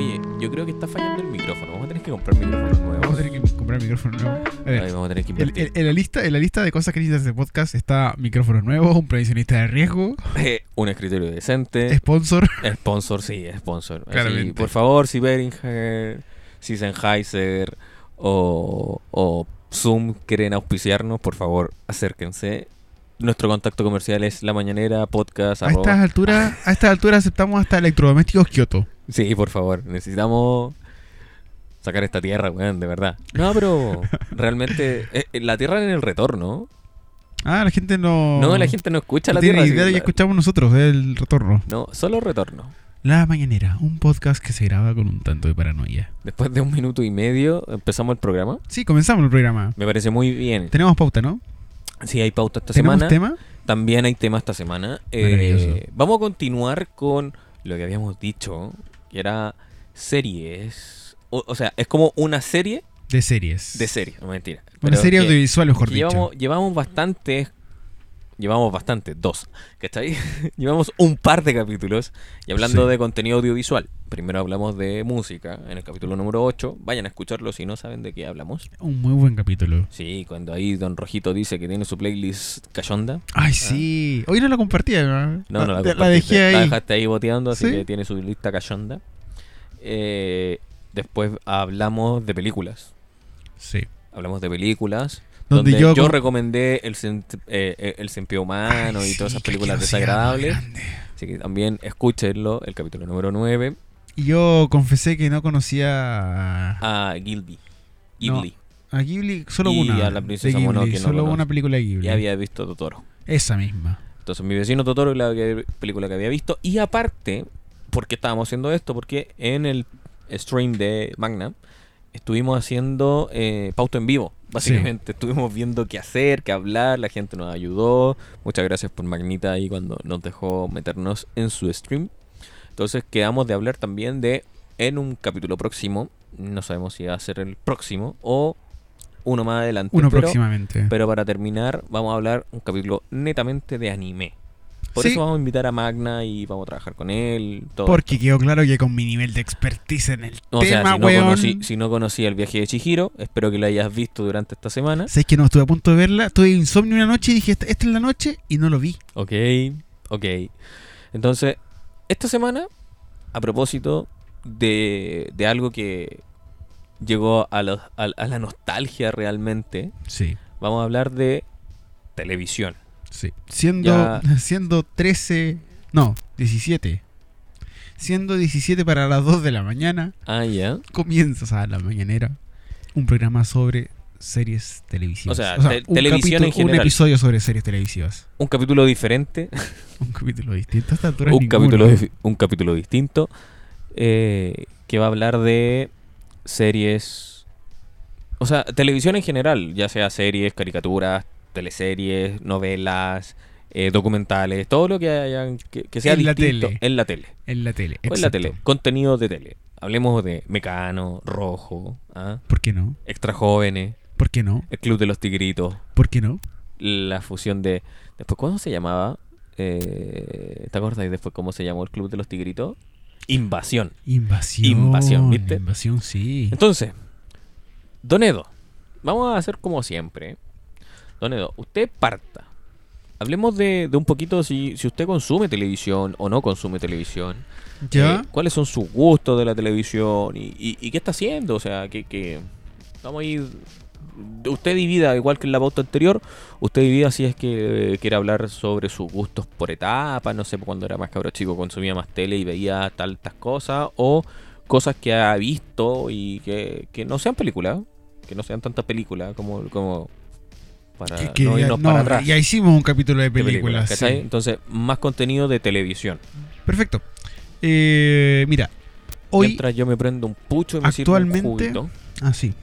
que está fallando el micrófono. Vamos a tener que comprar micrófonos Vamos a nuevos. tener que comprar micrófono nuevo. A ver, Ahí vamos a tener que el- invertir. el- en, la lista, en la lista de cosas que necesitas de este podcast está micrófonos nuevos, un previsionista de riesgo, un escritorio decente. sponsor. Sponsor, sí, sponsor. Así, Claramente. por favor, si Beringer, si Sennheiser o, o Zoom quieren auspiciarnos, por favor, acérquense. Nuestro contacto comercial es la mañanera podcast. A estas alturas, a estas alturas aceptamos hasta electrodomésticos Kioto. Sí, por favor, necesitamos sacar esta tierra, weón, de verdad. No, pero realmente eh, eh, la tierra en el retorno. Ah, la gente no. No, la gente no escucha no la tiene tierra. ni así idea de que que la- escuchamos nosotros del retorno. No, solo retorno. La Mañanera, un podcast que se graba con un tanto de paranoia. Después de un minuto y medio empezamos el programa. Sí, comenzamos el programa. Me parece muy bien. Tenemos pauta, ¿no? Sí, hay pauta esta ¿Tenemos semana. tema? También hay tema esta semana. Eh, Maravilloso. vamos a continuar con lo que habíamos dicho, que era series. O, o sea, es como una serie De series. de series, no mentira. Una Pero serie que- audiovisual, mejor que dicho. llevamos, llevamos bastantes. Llevamos bastante, dos. ¿Cachai? llevamos un par de capítulos y hablando Sí. de contenido audiovisual. Primero hablamos de música en el capítulo número 8. Vayan a escucharlo si no saben de qué hablamos. Un muy buen capítulo. Sí, cuando ahí Don Rojito dice que tiene su playlist cachonda. Ay, sí. Hoy no la compartí, ¿no? Ah. No, no la, de- compartiste. Ah, dejé ahí. La dejaste ahí boteando, así Sí. que tiene su lista cachonda. Eh, después hablamos de películas. Sí. Hablamos de películas. Donde Donde, yo yo, con- recomendé El, Cent- eh, eh, el Centinela Humano Ay, y todas sí, esas que películas quiero ser desagradables. grande. Así que también escúchenlo, el capítulo número 9, Y yo confesé que no conocía a, a Gilby. No, Ghibli. Ghibli, solo y una. a la de princesa Ghibli, Mononoke no Solo conozco. una película de Ghibli. Ya había visto Totoro. Esa misma. Entonces, mi vecino Totoro es la que- película que había visto. Y aparte, ¿por qué estábamos haciendo esto? Porque en el stream de Magna estuvimos haciendo eh, pauta en vivo. Básicamente, estuvimos viendo qué hacer, qué hablar. La gente nos ayudó. Muchas gracias por Magnita ahí cuando nos dejó meternos en su stream. Entonces, quedamos de hablar también de en un capítulo próximo. No sabemos si va a ser el próximo o uno más adelante. Uno pero- próximamente. pero para terminar, vamos a hablar un capítulo netamente de anime. Por Sí. eso vamos a invitar a Magna y vamos a trabajar con él. Todo. Porque quedó claro que con mi nivel de expertise en el o sea, tema, si no, weón. conocí, si no conocí el viaje de Chihiro, espero que lo hayas visto durante esta semana. Sabes que no estuve a punto de verla. Tuve insomnio una noche y dije, esta, esta es la noche y no lo vi. Ok, ok. Entonces, esta semana, a propósito de, de algo que llegó a, los- a- a la nostalgia realmente, Sí, vamos a hablar de televisión. sí. Siendo, Ya. siendo 13, no, 17. Siendo 17 para las 2 de la mañana, Ah, ya. comienzas a la mañanera un programa sobre series televisivas. O sea, te- televisión en Un general. episodio sobre series televisivas. Un capítulo diferente Un capítulo distinto. A esta altura un ninguno. capítulo, di- un capítulo distinto eh, que va a hablar de series, o sea, televisión en general, ya sea series, caricaturas, teleseries, novelas, eh, documentales, todo lo que, hayan- que, que sea En la distinto tele. en la tele. En la tele. O en la exacto. tele, contenido de tele. Hablemos de Mecano, Rojo, ¿ah? ¿Por qué no? Extra Jóvenes, ¿Por qué no? El Club de los Tigritos, ¿Por qué no? la fusión de... Después, ¿cómo se llamaba? Eh, ¿Te acuerdas después cómo se llamó el Club de los Tigritos? Invasión. Invasión. Invasión, ¿viste? Invasión, sí. Entonces, Don Edo, vamos a hacer como siempre. Don Edo, usted parta. Hablemos de, de un poquito si, si usted consume televisión o no consume televisión. ¿Ya? Eh, ¿Cuáles son sus gustos de la televisión? ¿Y, y- y qué está haciendo? O sea, que, que- vamos a ir... Usted divida, igual que en la pauta anterior, usted divida si es que eh, quiere hablar sobre sus gustos por etapas, no sé, pues cuando era más cabro chico consumía más tele y veía tal, tal cosas, o cosas que ha visto y que, que no sean películas, que no sean tantas películas como, como para Que- que eh, no ya, irnos no, para atrás. ya hicimos un capítulo de de películas. sí. ¿cachai? Entonces, más contenido de televisión. Perfecto. Eh, mira, hoy. Mientras yo me prendo un pucho y me sirvo un actualmente, juguito. Ah, sí.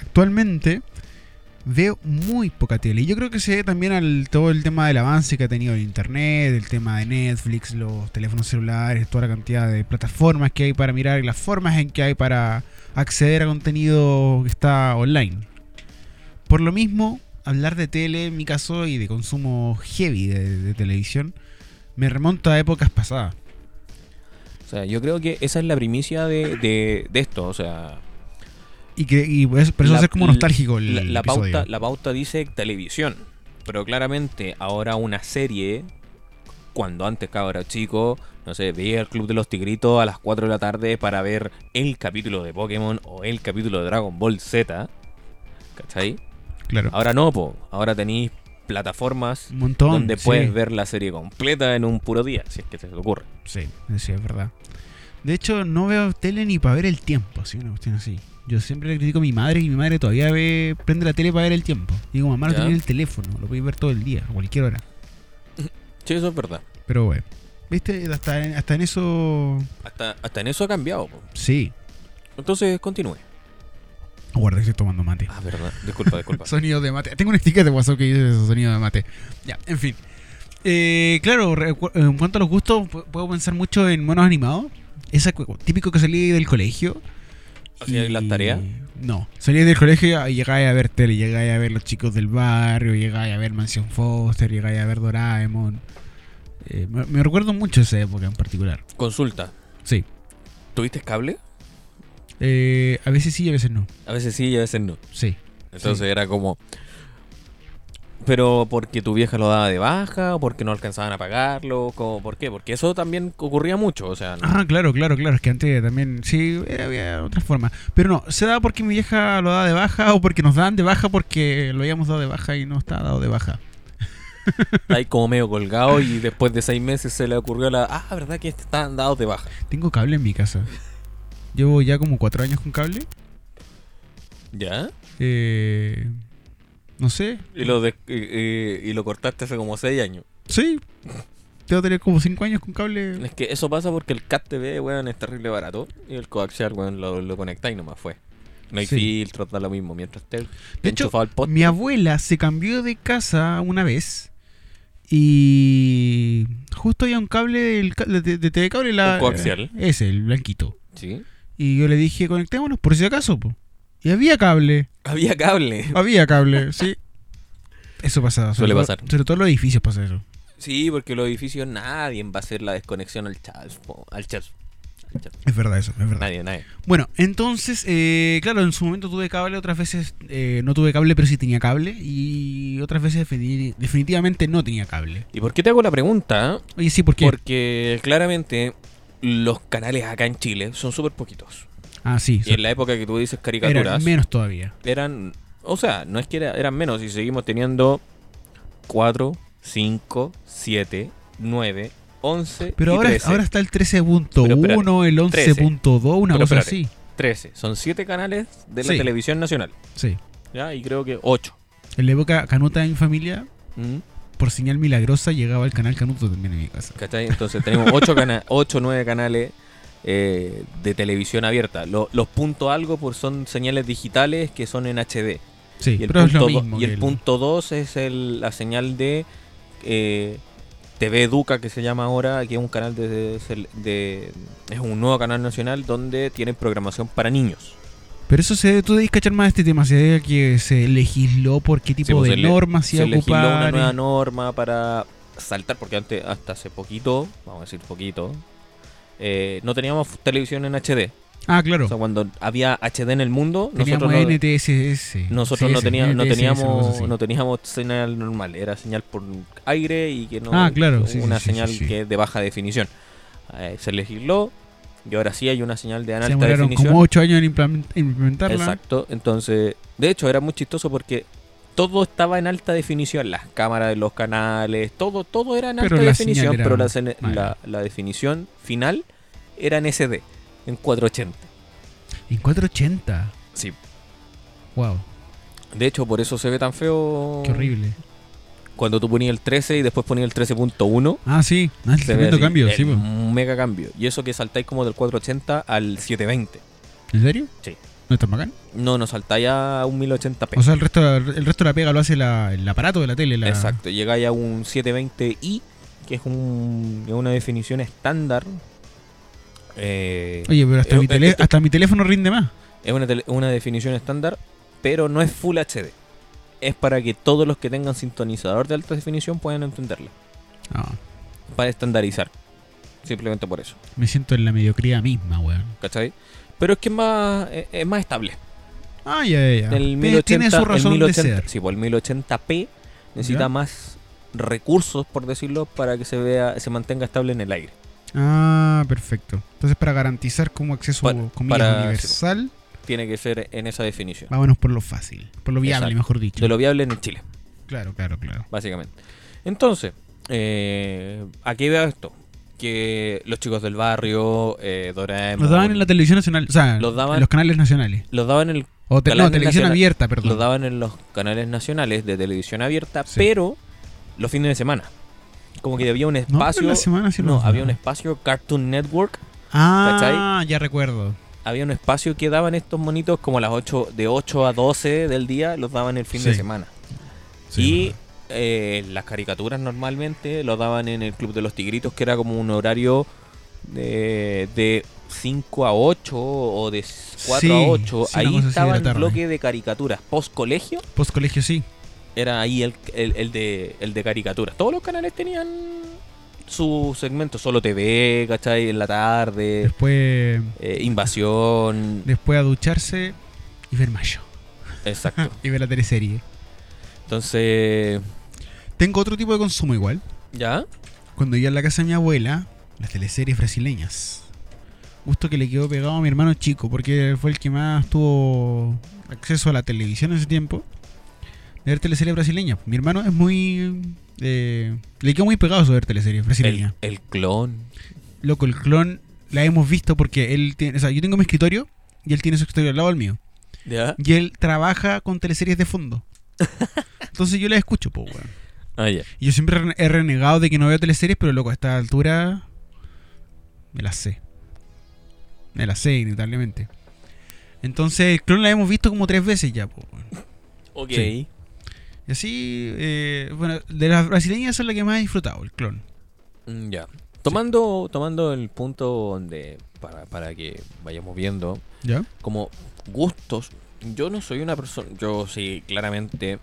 Actualmente veo muy poca tele. Y yo creo que se debe también al todo el tema del avance que ha tenido el internet, el tema de Netflix, los teléfonos celulares, toda la cantidad de plataformas que hay para mirar y las formas en que hay para acceder a contenido que está online. Por lo mismo, hablar de tele en mi caso y de consumo heavy de, de televisión me remonta a épocas pasadas. O sea, yo creo que esa es la primicia de, de, de esto. O sea, Y que y por eso por eso la- ser como nostálgico el la, la episodio. pauta, la pauta dice televisión. Pero claramente ahora una serie, cuando antes cabra chico, no sé, veía el Club de los Tigritos a las 4 de la tarde para ver el capítulo de Pokémon o el capítulo de Dragon Ball Z. ¿Cachai? Claro. Ahora no, po. Ahora tenéis plataformas Un montón. donde sí, puedes ver la serie completa en un puro día, si es que se te ocurre. Sí, sí, es verdad. De hecho, no veo tele ni para ver el tiempo, así, una cuestión así. Yo siempre le critico a mi madre y mi madre todavía ve, prende la tele para ver el tiempo. Digo, mamá, lo Ya. tenía en el teléfono, lo podéis ver todo el día, a cualquier hora. Sí, eso es verdad. Pero bueno, viste, hasta en, hasta en eso. Hasta, hasta en eso ha cambiado. po. Sí. Entonces, continúe. Guarda, estoy tomando mate. Ah, verdad. Disculpa, disculpa. Sonido de mate. Tengo una etiqueta de WhatsApp que dice eso, sonido de mate. Ya, en fin. Eh, claro, recu- en cuanto a los gustos, pu- puedo pensar mucho en monos animados. Esa cu- típico que salí del colegio. ¿Hacía y- las tareas? No. Salí del colegio y llegáis a ver tele, llegáis a ver los chicos del barrio, llegáis a ver Mansión Foster, llegáis a ver Doraemon. Eh, me me recuerdo mucho esa época en particular. Consulta. Sí. ¿Tuviste cable? Eh, a veces sí y a veces no. A veces sí y a veces no. Sí. Entonces Sí. era como. Pero porque tu vieja lo daba de baja, o porque no alcanzaban a pagarlo, como, ¿por qué? Porque eso también ocurría mucho, o sea, no- Ah, claro, claro, claro. Es que antes también, sí, era- había otra forma. Pero no, se daba porque mi vieja lo daba de baja o porque nos dan de baja porque lo habíamos dado de baja y no está dado de baja. está ahí como medio colgado y después de seis meses se le ocurrió la. Ah, ¿verdad que están dados de baja? Tengo cable en mi casa. Llevo ya como cuatro años con cable. ¿Ya? Eh, no sé. Y lo, des- y, y- y lo cortaste hace como seis años. Sí. Tengo que tener como cinco años con cable. Es que eso pasa porque el CAT TV, weón, es terrible barato. Y el coaxial, weón, lo, lo conectáis nomás fue. No hay Sí. filtros, da lo mismo. Mientras esté De hecho, enchufado el pod. Mi abuela se cambió de casa una vez y justo había un cable del ca- de, de, de telecable. La, Un coaxial. Ese, el blanquito. Sí. Y yo le dije, conectémonos por si acaso, po. Y había cable, Había cable. había cable, sí. Eso pasaba. sobre Suele todo- pasar. Sobre todo en los edificios pasa eso. Sí, porque los edificios nadie va a hacer la desconexión al chat. Al chat. Es verdad eso, es verdad. Nadie, nadie. Bueno, entonces, eh, claro, en su momento tuve cable, otras veces eh, no tuve cable, pero sí tenía cable. Y otras veces defini- definitivamente no tenía cable. ¿Y por qué te hago la pregunta? Oye, sí, ¿por qué? Porque claramente los canales acá en Chile son súper poquitos. Ah, sí. Y en la época que tú dices Era caricaturas, menos todavía. eran. O sea, no es que era- eran menos, y seguimos teniendo 4, 5, 7, 9, 11 Pero y ahora, 13. ahora está el 13.1, espérate, el Pero 11.2, una cosa espérate. así. 13. Son 7 canales de la Sí. televisión nacional. Sí. ¿Ya? Y creo que 8. En la época canuta en familia, por señal milagrosa llegaba al canal Canuto también en mi casa. ¿Cachai? Entonces tenemos 8 o 9 canales eh, de televisión abierta. Lo- los punto algo por son señales digitales que son en HD. Sí, Y el pero es lo punto, do- mismo. y que el el- punto 2 es el- la señal de eh, TV Educa, que se llama ahora, que es un canal de, de- de- de- es un nuevo canal nacional donde tienen programación para niños. Pero eso se debe, tú debes cachar más de este tema, se debe a que se legisló por qué tipo Sí, pues, se de le- normas se se iba a legisló ocupar. eh. una nueva y- norma para saltar, porque antes, hasta hace poquito, vamos a decir poquito, eh, no teníamos televisión en HD. Ah, claro. O sea, cuando había HD en el mundo, teníamos nosotros no, NTSS. nosotros no, CS, teníamos, no, NTSS, una cosa teníamos, así. no teníamos señal normal, era señal por aire y que no Ah, claro, sí, una sí, sí, señal sí, sí. que es de baja definición. Eh, se legisló y ahora sí hay una señal de se alta demoraron definición. como 8 años en implement- en implementarla. Exacto, entonces, de hecho era muy chistoso porque todo estaba en alta definición, las cámaras de los canales, todo todo era en Pero alta la definición, señal era pero la, sene- mala. la- la definición final era en SD, en 480. En 480. Sí, Wow, de hecho por eso se ve tan feo. qué horrible. cuando tú ponías el 13 y después ponías el 13.1, Ah, sí, ah, el se ve tremendo así, cambio, el sí, pues. mega cambio. Y eso que saltáis como del 480 al 720. ¿En serio? Sí. ¿No está bacán? No, no saltáis a un 1080p. O sea, el resto, el resto de la pega lo hace la- el aparato de la tele. La... Exacto, llegáis a un 720i, que es un, es una definición estándar. Eh, Oye, pero hasta, Eh, mi, eh, tele- esto- hasta mi teléfono rinde más. Es una, tele- una definición estándar, pero no es Full HD. Es para que todos los que tengan sintonizador de alta definición puedan entenderla. Ah. Para estandarizar. simplemente por eso. Me siento en la mediocridad misma, weón. ¿Cachai? Pero es que es más, es, es más estable. Ah, ya, ya, ya. El Tiene- Tiene su razón el 1080 de ser. Sí, pues el 1080p necesita Ya. más recursos, por decirlo, para que se vea, se mantenga estable en el aire. Ah, perfecto. Entonces, para garantizar como acceso Pa- comillas, para- universal, Tiene que ser en esa definición. vámonos por lo fácil, por lo viable, Exacto. mejor dicho. De lo viable en Chile, Claro, claro, claro. básicamente. Entonces, eh, ¿a qué veo esto? Que los chicos del barrio, eh, Doraemon, Los daban en la televisión nacional, o sea, Los daban- en los canales nacionales. los daban en el O te- canales no, televisión nacional- abierta, perdón. Los daban en los canales nacionales de televisión abierta, Sí. pero los fines de semana. Como que había un no, pero espacio. en la semana sí no, los había un daban. espacio Cartoon Network. Ah, ya recuerdo. Había un espacio que daban estos monitos como a las 8, de 8 a 12 del día, los daban el fin de Sí. semana. Sí, y eh, las caricaturas normalmente los daban en el Club de los Tigritos, que era como un horario de, de 5 a 8 o de 4 a Sí, 8. sí, una Ahí cosa así de estaba la el tarde. bloque de caricaturas. Post colegio Post colegio sí. era ahí el, el- el de, el de caricaturas. Todos los canales tenían su segmento, solo TV, ¿cachai? En la tarde, Después, eh, Invasión, después a ducharse y ver mayo. exacto. y ver la teleserie. Entonces, Tengo otro tipo de consumo igual. ¿ya? Cuando iba a la casa de mi abuela, las teleseries brasileñas. Gusto que le quedó pegado a mi hermano chico, porque fue el que más tuvo acceso a la televisión en ese tiempo. De ver teleseries brasileñas. Mi hermano es muy. eh, le quedó muy pegado eso de ver teleseries brasileñas. El, el clon. Loco, el clon la hemos visto porque él tiene. O sea, yo tengo mi escritorio y él tiene su escritorio al lado del mío. ¿Ya? Y él trabaja con teleseries de fondo. Entonces yo la escucho, po, weón. Ah, ya. Y yo siempre rene- he renegado de que no veo teleseries, pero loco, a esta altura me las sé. Me las sé, inevitablemente. Entonces, el clon la hemos visto como tres veces ya, po, weón. Ok. Sí. Y así, eh, bueno, de las brasileñas esa es la que más he disfrutado, el clon. Mm, Ya. Tomando, tomando el punto donde, para, para que vayamos viendo, ¿Ya? como gustos, yo no soy una persona, yo sí, claramente,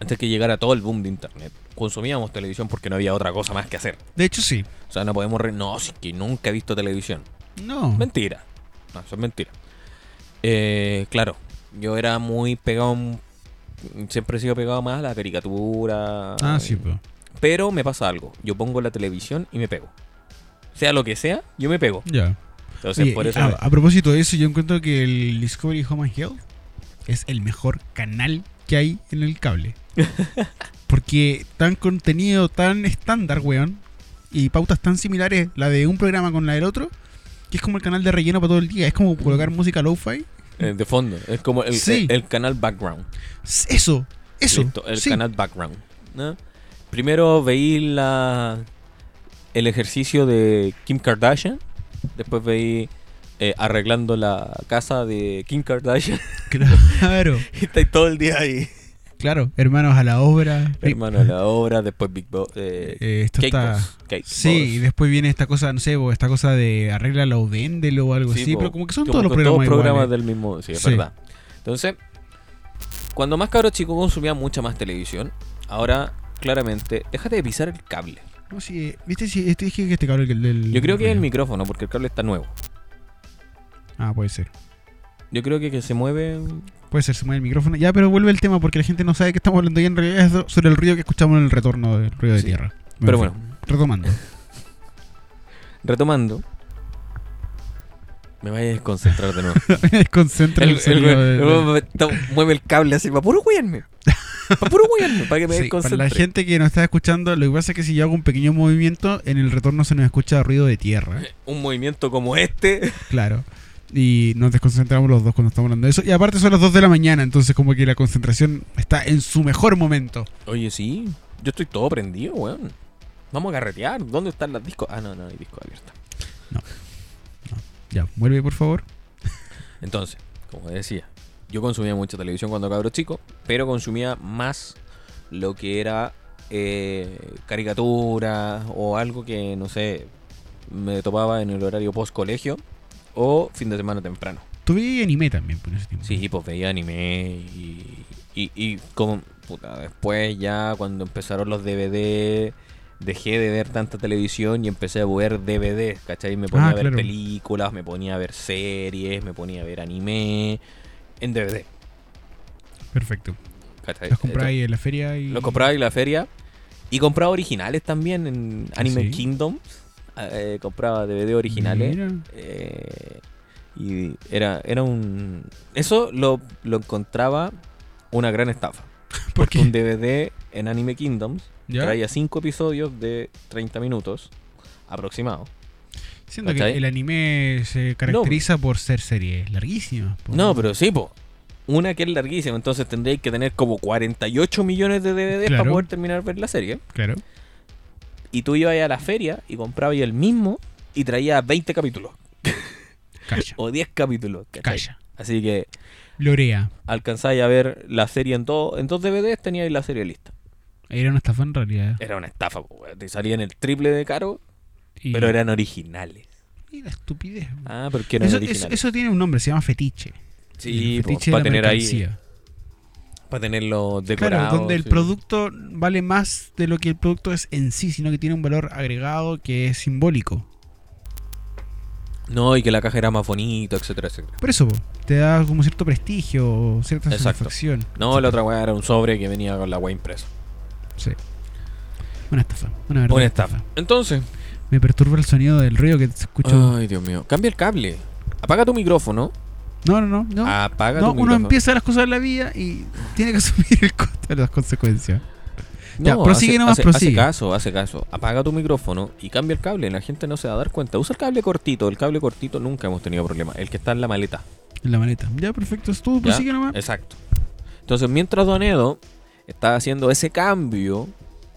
antes que llegara todo el boom de internet, consumíamos televisión porque no había otra cosa más que hacer. De hecho, sí. O sea, no podemos... Re no, sí que nunca he visto televisión. No. Mentira. No, eso es mentira. Eh, claro, yo era muy pegado... m- Siempre he sido pegado más a la caricatura. Ah, sí, po. Pero me pasa algo. Yo pongo la televisión y me pego. Sea lo que sea, yo me pego. Ya. Entonces, Oye, por y ah, eso... a, a propósito de eso, yo encuentro que el Discovery Home and Health es el mejor canal que hay en el cable. Porque tan contenido tan estándar, weón, y pautas tan similares, la de un programa con la del otro, que es como el canal de relleno para todo el día. Es como colocar música lo-fi. eh, de fondo. Es como el, Sí. el- el canal background. S- Eso, eso. Listo, el sí. canal background. ¿no? Primero veí la, el ejercicio de Kim Kardashian. Después veí eh, arreglando la casa de Kim Kardashian. Claro, y estáis todo el día ahí. claro. Hermanos a la obra. Hermano, la obra. Después Big Boss. Eh, Eh, esto Cake está... Boss, Cake Sí, y Boss. después viene esta cosa, no sé, bo, esta cosa de arréglalo o véndelo o algo Sí, así, po. pero como que son Como todos los que programas, programas iguales. del mismo. Sí, es Sí. verdad. Entonces, cuando más cabros chico consumía mucha más televisión, ahora claramente, déjate de pisar el cable. No, sí, viste, sí, este, dije que este cabrón que el del... Yo creo que es el micrófono, porque el cable está nuevo. Ah, puede ser. Yo creo que, que se mueve. Puede ser, se mueve el micrófono. Ya, pero vuelve el tema porque la gente no sabe que estamos hablando y en realidad es do- sobre el ruido que escuchamos en el retorno del ruido de Sí. tierra. Pero en fin, bueno, Retomando. retomando. Me vaya a desconcentrar de nuevo. Me desconcentra El- el, el sonido güey- de- el güey me- to- mueve el cable así, para puro huearme. Para puro huearme, para que me Sí, para desconcentre. la gente que nos está escuchando, lo que pasa es que si yo hago un pequeño movimiento, en el retorno se nos escucha ruido de tierra. Un movimiento como este. Claro. Y nos desconcentramos los dos cuando estamos hablando de eso. Y aparte son las 2 de la mañana, entonces como que la concentración está en su mejor momento. Oye, sí, yo estoy todo prendido, weón. Vamos a carretear. ¿Dónde están las discos? Ah, no, no, hay discos abiertos. Ya, vuelve por favor. Entonces, como decía, yo consumía mucha televisión cuando cabro chico, pero consumía más lo que era eh, caricatura o algo que, no sé, me topaba en el horario post colegio o fin de semana temprano. Tuve anime también por ese tiempo. Sí, pues veía anime y, y, y como puta, después ya cuando empezaron los DVD dejé de ver tanta televisión y empecé a ver DVDs, ¿cachai? Me ponía Ah, a ver claro. películas, me ponía a ver series, me ponía a ver anime en DVD, Perfecto. ¿cachai? Los compráis en la feria y. Los compraba en la feria. Y compraba originales también en Anime ¿Ah, Sí. Kingdom. Eh, compraba DVD originales. Mira. Eh, y era, era un. Eso lo, lo encontraba una gran estafa. ¿Por Porque un qué? DVD en Anime Kingdoms ¿Ya? traía 5 episodios de 30 minutos aproximado. Siento que ¿Cachai? el anime se caracteriza por ser series larguísimas. po. No, pero sí, po. Una que es larguísima, entonces tendréis que tener como 48 millones de DVDs Claro. para poder terminar de ver la serie. Claro. Y tú ibas a la feria y comprabas el mismo y traía 20 capítulos Calla. o 10 capítulos. Oh, ¿cachai? Calla. Así que Lorea. alcanzáis a ver la serie en, todo, en dos DVDs, teníais la serie lista. Era una estafa en realidad. Era una estafa, po, weón. te salían el triple de caro, Y- pero eran originales. y la estupidez. Ah, porque eran Eso, eso, originales. eso tiene un nombre, se llama fetiche. sí, El fetiche para de la tener ahí, mercancía. para tenerlo decorado. Claro, donde el sí. producto vale más de lo que el producto es en sí, sino que tiene un valor agregado que es simbólico. No, y que la caja era más bonita, etcétera, etcétera. Por eso, po, te da como cierto prestigio o cierta Exacto. satisfacción. No, la otra weá era un sobre que venía con la weá impresa. Sí. Una estafa, una verdadera Una estafa. Entonces, Me perturba el sonido del ruido que se escucha. ay Dios mío, cambia el cable. Apaga tu micrófono. No, no, no. no. Apaga No, Ah, tu uno micrófono. empieza las cosas en la vida y tiene que asumir el costo de las consecuencias. Ya, No, prosigue hace, nomás, hace- prosigue. hace caso, hace caso. Apaga tu micrófono y cambia el cable. La gente no se va a dar cuenta. Usa el cable cortito. El cable cortito nunca hemos tenido problema. El que está en la maleta. En la maleta. Ya, perfecto. Estuvo, ¿ya? prosigue nomás. Exacto. Entonces, mientras Donedo está haciendo ese cambio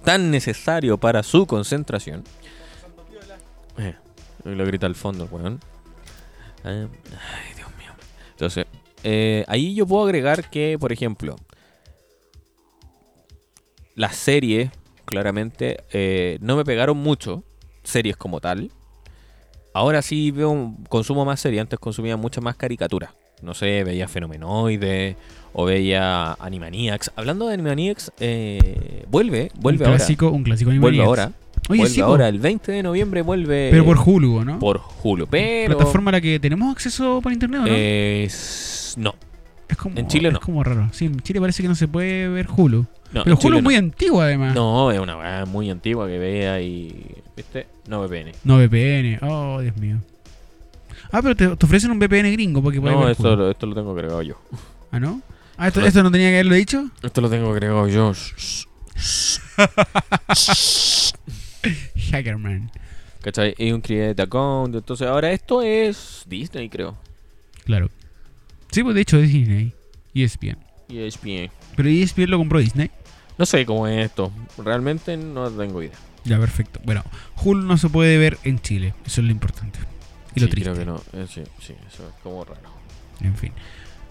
tan necesario para su concentración. Eh, lo grita al fondo, el weón. Eh, ay, Dios mío. Entonces, eh, ahí yo puedo agregar que, por ejemplo, las series, claramente, eh, no me pegaron mucho, series como tal. Ahora sí veo, consumo más series, antes consumía muchas más caricaturas. No sé, veía Fenomenoide o veía Animaniacs. Hablando de Animaniacs, eh, vuelve, vuelve un ahora. clásico, un clásico de Vuelve Animaniacs. ahora. Oye, vuelve sí, po, ahora, el 20 de noviembre vuelve pero por Hulu, ¿no? por Hulu. Pero Plataforma a la que tenemos acceso por internet, ¿o ¿no? eh, s- no, es como, en Chile es no. como raro. Sí, en Chile parece que no se puede ver Hulu. no, pero en Hulu Chile es muy antiguo, además. no. No, es una weá muy antigua que veía y. ¿Viste? No VPN. No, VPN. Oh, Dios mío. Ah, pero te, te ofrecen un VPN gringo porque puedes No, ver esto, Hulu. lo- esto lo tengo agregado yo. Ah, ¿no? Ah, esto, Lo- esto no tenía que haberlo dicho. Esto lo tengo agregado yo. Hackerman. ¿Cachai? Y un create account. Entonces, ahora esto es Disney, creo. Claro. Sí, pues de hecho es Disney. E ESPN. Y E ESPN. Pero E ESPN lo compró Disney. No sé cómo es esto. Realmente no tengo idea. Ya, perfecto. Bueno, Hulu no se puede ver en Chile. Eso es lo importante. Y lo Sí, triste. Creo que no. Eh, sí, sí, eso es como raro. En fin.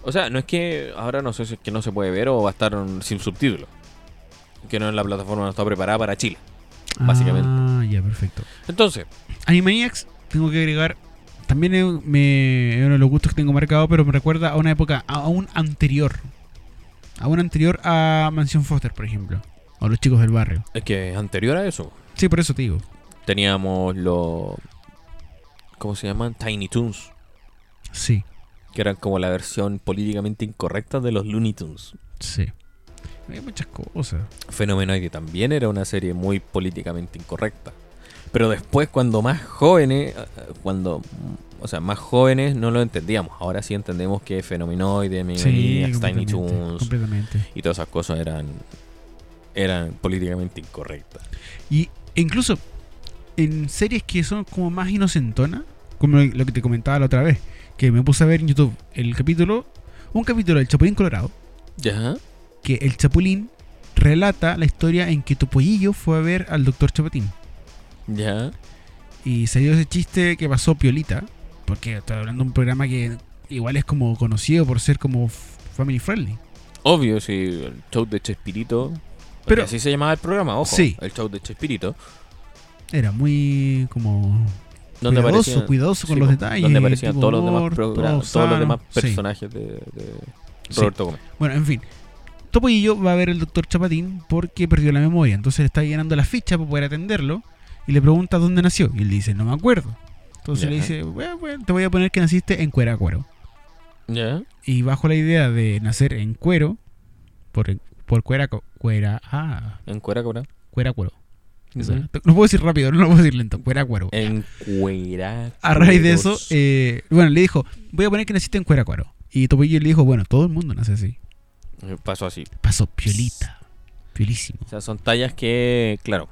O sea, no es que ahora no sé si es que no se puede ver o va a estar sin subtítulos. Que no en la plataforma no está preparada para Chile. Básicamente. Ah, ya, perfecto. Entonces, Animaniacs, tengo que agregar. También es, me, es uno de los gustos que tengo marcado, pero me recuerda a una época, a un anterior. A un anterior a Mansión Foster, por ejemplo. O los chicos del barrio. es que anterior a eso Sí, por eso te digo. teníamos los. ¿Cómo se llaman? Tiny Toons. Sí, Que eran como la versión políticamente incorrecta de los Looney Tunes. sí. Hay muchas cosas. Fenomenoide también era una serie muy políticamente incorrecta. Pero después, cuando más jóvenes, eh, cuando, mm, o sea, más jóvenes no lo entendíamos. Ahora sí entendemos que Fenomenoide, Animaniacs, Tiny completamente, Toons completamente. y todas esas cosas eran, eran políticamente incorrectas. Y e incluso en series que son como más inocentonas, como lo que te comentaba la otra vez, que me puse a ver en YouTube el capítulo, un capítulo del Chapulín Colorado, ¿Ya? que el Chapulín relata la historia en que Topollillo fue a ver al doctor Chapatín. ¿Ya? Y se dio ese chiste que pasó Piolita, porque estoy hablando de un programa que igual es como conocido por ser como f- family friendly. Obvio, si el show de Chespirito. Pero Pero- así se llamaba el programa, ojo. Sí. El show de Chespirito. Era muy como Donde cuidadoso, aparecían- cuidadoso con sí, los po, detalles. Donde aparecían tipo todos los demás, humor, progra- todo todos los sano. demás Sí, personajes de, de sí. Roberto Gómez. Bueno, en fin. Topo y yo va a ver el doctor Chapatín porque perdió la memoria. Entonces le está llenando la ficha para poder atenderlo y le pregunta dónde nació. Y él le dice, no me acuerdo. Entonces Ya. le dice, bueno, bueno, te voy a poner que naciste en Cueracuero. Ya. Y bajo la idea de nacer en cuero, por, por cuera, cuera, ah, En cuera, cobra. Cueracuero. Eso Ujú. Eh, era. No puedo decir rápido, no lo puedo decir lento. Cueracuero. En cuera. A raíz de eso, eh, bueno, le dijo, voy a poner que naciste en Cueracuero. Y Topillo le dijo, bueno, todo el mundo nace así. Eh, Pasó así. Pasó piolita. Piolísimo. O sea, son tallas que, claro,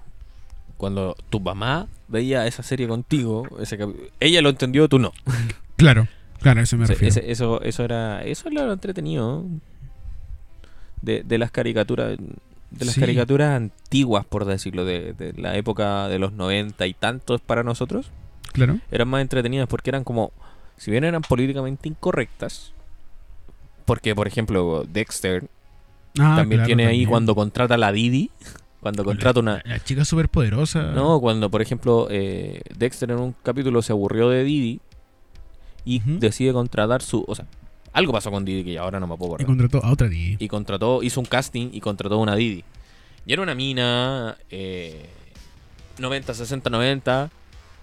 cuando tu mamá veía esa serie contigo, ese capi- ella lo entendió, tú no. Claro, claro, a eso me O sea, refiero. ese- eso, eso era eso era lo entretenido de, de las caricaturas de las Sí. caricaturas antiguas, por decirlo, de, de la época de los 90 y tantos para nosotros, Claro. eran más entretenidas porque eran como, si bien eran políticamente incorrectas, porque por ejemplo Dexter Ah, también claro, tiene ahí también. cuando contrata a la Didi, cuando contrata una, La chica superpoderosa. No, cuando por ejemplo eh, Dexter en un capítulo se aburrió de Didi y Ujú. decide contratar su... O sea, algo pasó con Didi que ya ahora no me puedo Y acordar. contrató a otra Didi. Y contrató, hizo un casting y contrató una Didi. Y era una mina eh, 90, 60, 90.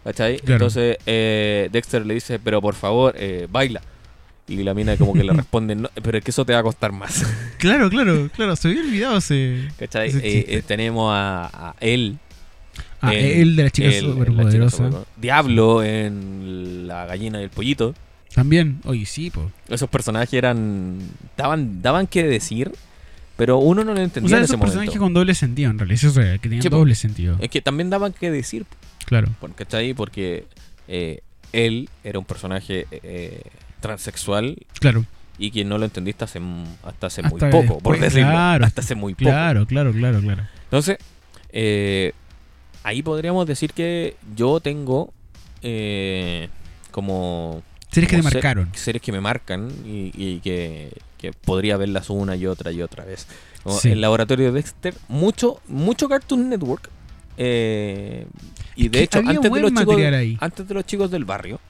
¿Cachai? Claro. Entonces eh, Dexter le dice, pero por favor, eh, baila. Y la mina como que le responde, "No, pero es que eso te va a costar más. Claro, claro, claro. Se había olvidado ese. ¿Cachai? Ese Eh, chiste. eh, tenemos a, a él, Ah, el- el de la chica el- la chica superpoderosa. superpoderosa. Diablo en La gallina y el pollito. También. Oye, sí, po. Esos personajes eran. daban, daban que decir, pero uno no lo entendía O sea, en esos ese personajes momento. con doble sentido, en realidad. Eso es real, que tenían Sí, po. Eh. doble sentido. Es que también daban que decir, Claro. porque está ahí, porque eh, él era un personaje eh, transexual Claro, y quien no lo entendiste hace, m- hasta hace muy Hasta poco, por después, decirlo. claro. hasta hace muy poco. claro, claro, claro, claro. Entonces, eh, ahí podríamos decir que yo tengo eh, como Series que te como se- marcaron. series que me marcan y, y que, que podría verlas una y otra y otra vez. Como Sí. El laboratorio de Dexter, mucho, mucho Cartoon Network. eh, y de que hecho, había antes de, buen los chicos, material ahí. antes de los chicos del barrio,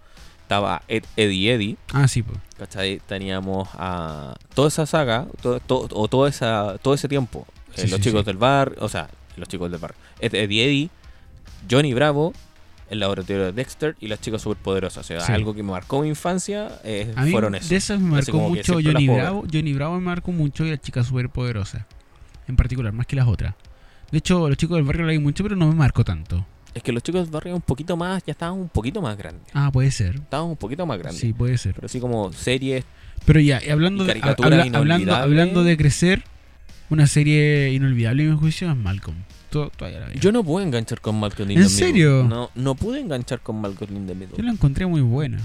estaba Ed, Eddie Eddie. Ah, sí, po. ¿cachai? Teníamos a toda esa saga, to- to- o toda esa, todo ese tiempo. eh, Sí, los sí, chicos sí. del bar, o sea, los chicos del bar. Ed, Eddie Eddie, Johnny Bravo, el laboratorio de Dexter y las chicas superpoderosas. O sea, Sí. algo que me marcó mi infancia eh, A mí fueron esos. de esas me marcó como que mucho siempre Johnny las puedo Bravo. Johnny Bravo me marcó mucho y la chica superpoderosa. En particular, más que las otras. De hecho, los chicos del barrio la vi mucho, pero no me marcó tanto. Es que los chicos del barrio un poquito más, ya estaban un poquito más grandes. Ah, puede ser. Estaban un poquito más grandes. Sí, puede ser. Pero así como series. Pero ya, y hablando, Y de, ha- caricaturas habla- hablando, inolvidables. hablando de crecer, una serie inolvidable en mi juicio es Malcolm. Tú- todavía la veo. Yo no pude enganchar con Malcolm in ¿En the Middle. serio? No, no pude enganchar con Malcolm in the Middle. Yo la encontré muy buena.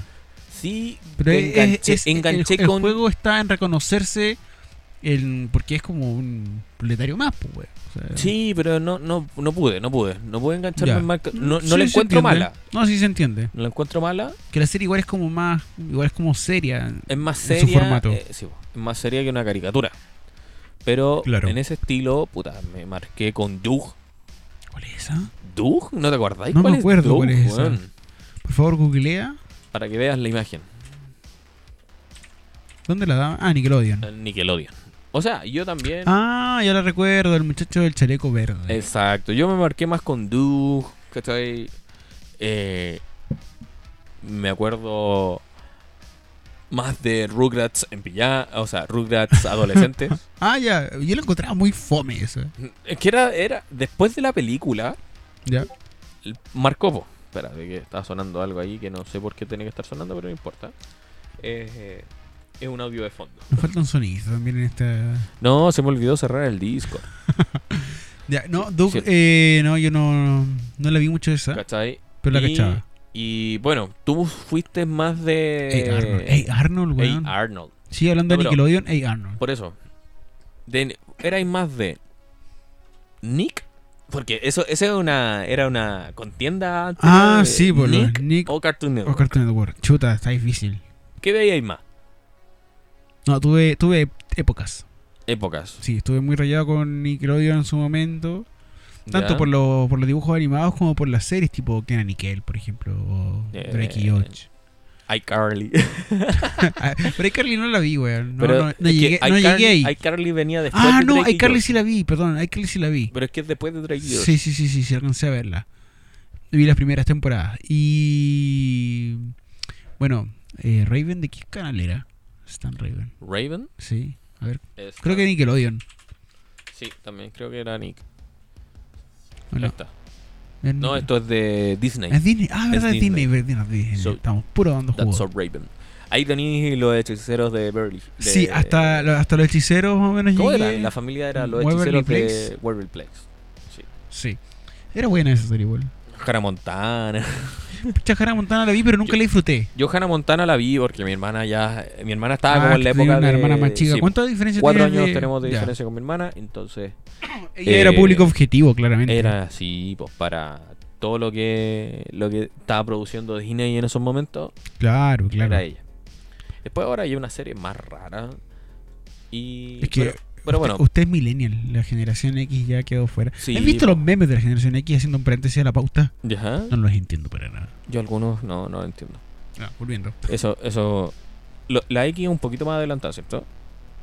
Sí, Pero es- enganché, es- es- enganché el, el con. juego está en reconocerse en- porque es como un proletario más, pues, güey. O sea, Sí, pero no, no, no pude, no pude. No pude engancharme ya. en Malcolm. No, no Sí, la se encuentro entiende. mala. No, sí se entiende. No la encuentro mala. Que la serie igual es como más, igual es como seria. Es más En su seria. formato. eh, sí, po, es más seria que una caricatura. Pero Claro. en ese estilo, puta, me marqué con Doug. ¿Cuál es esa? ¿Doug? ¿No te acordáis? No cuál me acuerdo cuál es esa. weón? Por favor, googlea. Para que veas la imagen. ¿Dónde la daban? Ah, Nickelodeon. El Nickelodeon. O sea, yo también. Ah, ya la recuerdo, el muchacho del chaleco Eh, verde. Exacto. Yo me marqué más con Doug. ¿Cachai? Eh, me acuerdo más de Rugrats en pijama. O sea, Rugrats adolescentes. Ah, ya, yo la encontraba muy fome esa. Es que era, era después de la película, Ya. el- marcó. po. Espera, de que estaba sonando algo ahí que no sé por qué tenía que estar sonando, pero no importa. Es, eh, es un audio de fondo. Nos falta un sonido también en esta. No, se me olvidó cerrar el disco. Ya, no, Doug, Cierto. eh, no, yo no, no la vi mucho esa, ¿Cachai? pero la y- cachaba. Y bueno, tú fuiste más de. Hey Arnold, hey Arnold, eh, Hey, weón. Arnold. Sí, hablando de No, pero- Nickelodeon, hey Arnold. Por eso. De, erais más de. Nick. Porque eso, esa era una, era una contienda antes. Ah, sí, por los Nick, Nick o Cartoon o Network. Cartoon Network. Chuta, está difícil. ¿Qué veíais más? No, tuve, tuve épocas. Épocas. Sí, estuve muy rayado con Nickelodeon en su momento. Tanto ¿ya? por, los por los dibujos animados como por las series tipo Kenan y Kel, por ejemplo, o Eh, Drake y Josh. iCarly. Pero iCarly no la vi, weón. No, Pero no, es no que llegué, no iCarly- llegué ahí. iCarly venía después Ah, de no, Drake y iCarly Josh. sí la vi, perdón, iCarly sí la vi. Pero es que es después de Drake y Josh. Sí, sí, sí, sí, sí, alcancé a verla. Vi las primeras temporadas. Y. Bueno, eh, Raven, ¿de qué canal era? Stan Raven. Raven. Sí, a ver. es- Creo que Nickelodeon. Sí, también creo que era Nick. ¿o Ahí no? está. En- No, esto es de Disney. Mm. Es Disney. Ah, verdad, es Es Disney. Disney. verdad, es Disney. So- Estamos puro dando That's jugo. so Raven. Ahí tenéis los hechiceros de Beverly. de- Sí, hasta, lo- hasta los hechiceros más o menos ¿Cómo llegué. era? La familia era los Waverly hechiceros de Waverly Plex. Sí. Era buena esa serie igual. Hannah Montana. Pucha, Hannah Montana la vi, pero nunca Yo- la disfruté. Yo Hannah Montana la vi porque mi hermana ya... Mi hermana estaba como Ah, en la tú tenías época una de... hermana más chica. sí, ¿Cuánta diferencia cuatro tenías años de- tenemos de Ya. diferencia con mi hermana, entonces... Ella era Eh, público objetivo, claramente. Era así, pues para todo lo que lo que estaba produciendo Disney en esos momentos, Claro, claro. era ella. Después ahora hay una serie más rara. Y Es que pero, pero bueno, Usted es millennial, la generación X ya quedó fuera. Sí, ¿Has visto po. los memes de la generación X haciendo un paréntesis a la pauta? ya, No los entiendo para nada. yo algunos no no lo entiendo. Ah, volviendo. Eso eso lo- la X es un poquito más adelantada, ¿cierto?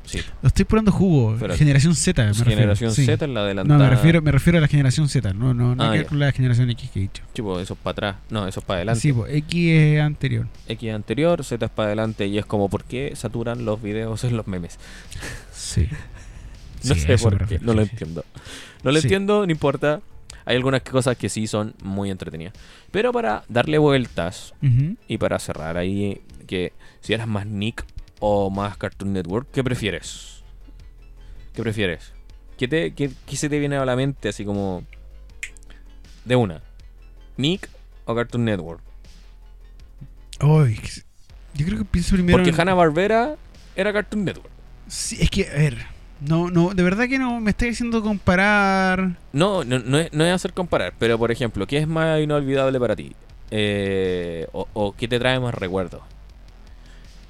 Sí. Lo estoy poniendo jugo. Espérate. generación Z, me refiero. generación Sí. Z es la No, adelantada. me refiero, me refiero a la generación Z, no, no, no Ah, que ver ya. con la generación X que he dicho. Tipo, eso es para atrás. No, eso es para adelante. Sí, po, X es anterior. X es anterior, Z es para adelante y es como ¿por qué saturan los videos en los memes? Sí. No Sí, a sé eso me por qué, refiero, no lo sí, sí. entiendo. No lo Sí. entiendo, no importa. Hay algunas cosas que sí son muy entretenidas. Pero para darle vueltas Ujú. y para cerrar ahí, que si eras más Nick o más Cartoon Network, ¿qué prefieres? ¿Qué prefieres? ¿Qué, te, qué- qué se te viene a la mente así como de una? ¿Nick o Cartoon Network? Ay, que- yo creo que pienso primero. Porque en- Hanna Barbera era Cartoon Network. Sí, es que, a ver. No, no, de verdad que no me estoy haciendo comparar. No, no, no, es, no es hacer comparar, pero por ejemplo, ¿qué es más inolvidable para ti? Eh, o, o qué te trae más recuerdos?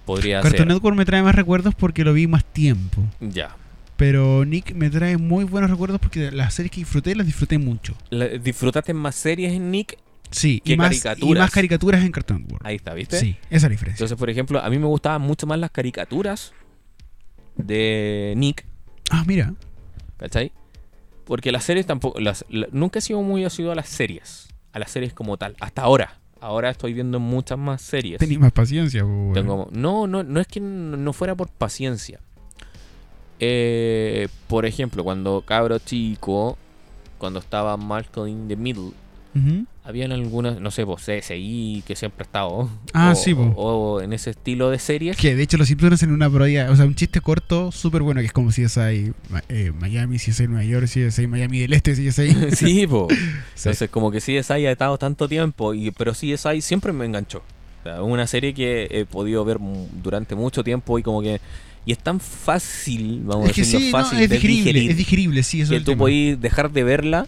Podría Cartoon ser. Network me trae más recuerdos porque lo vi más tiempo. Ya. Pero Nick me trae muy buenos recuerdos porque las series que disfruté las disfruté mucho. La- disfrutaste más series en Nick. Sí, y ¿Qué más, caricaturas? y más caricaturas en Cartoon Network. Ahí está, ¿viste? Sí, esa es la diferencia. Entonces, por ejemplo, a mí me gustaban mucho más las caricaturas de Nick, ah, mira. ¿cachai? Porque las series tampoco. Las, la- nunca he sido muy asiduo a las series. A las series como tal. Hasta ahora. Ahora estoy viendo muchas más series. Tenés más paciencia, po, weón. Tengo- no, no, no es que no no fuera por paciencia. Eh, por ejemplo, cuando cabro chico, cuando estaba Malcolm in the Middle, Ujú. habían algunas, no sé, pues CSI, que siempre ha estado. Ah, o, sí, po. o en ese estilo de series. Que de hecho los Simpsons hacen una parodia, o sea, un chiste corto súper bueno, que es como si es ahí eh, Miami, si es ahí Nueva York, si es ahí Miami del Este, si es ahí. sí, po. Sí. Entonces, como que CSI ha estado tanto tiempo, y, pero CSI siempre me enganchó. O sea, una serie que he podido ver mu- durante mucho tiempo y como que. Y es tan fácil, vamos es a que decirlo, sí, no, fácil es de digerible, digerir. es digerible, sí, eso que es el tú tema. podís dejar de verla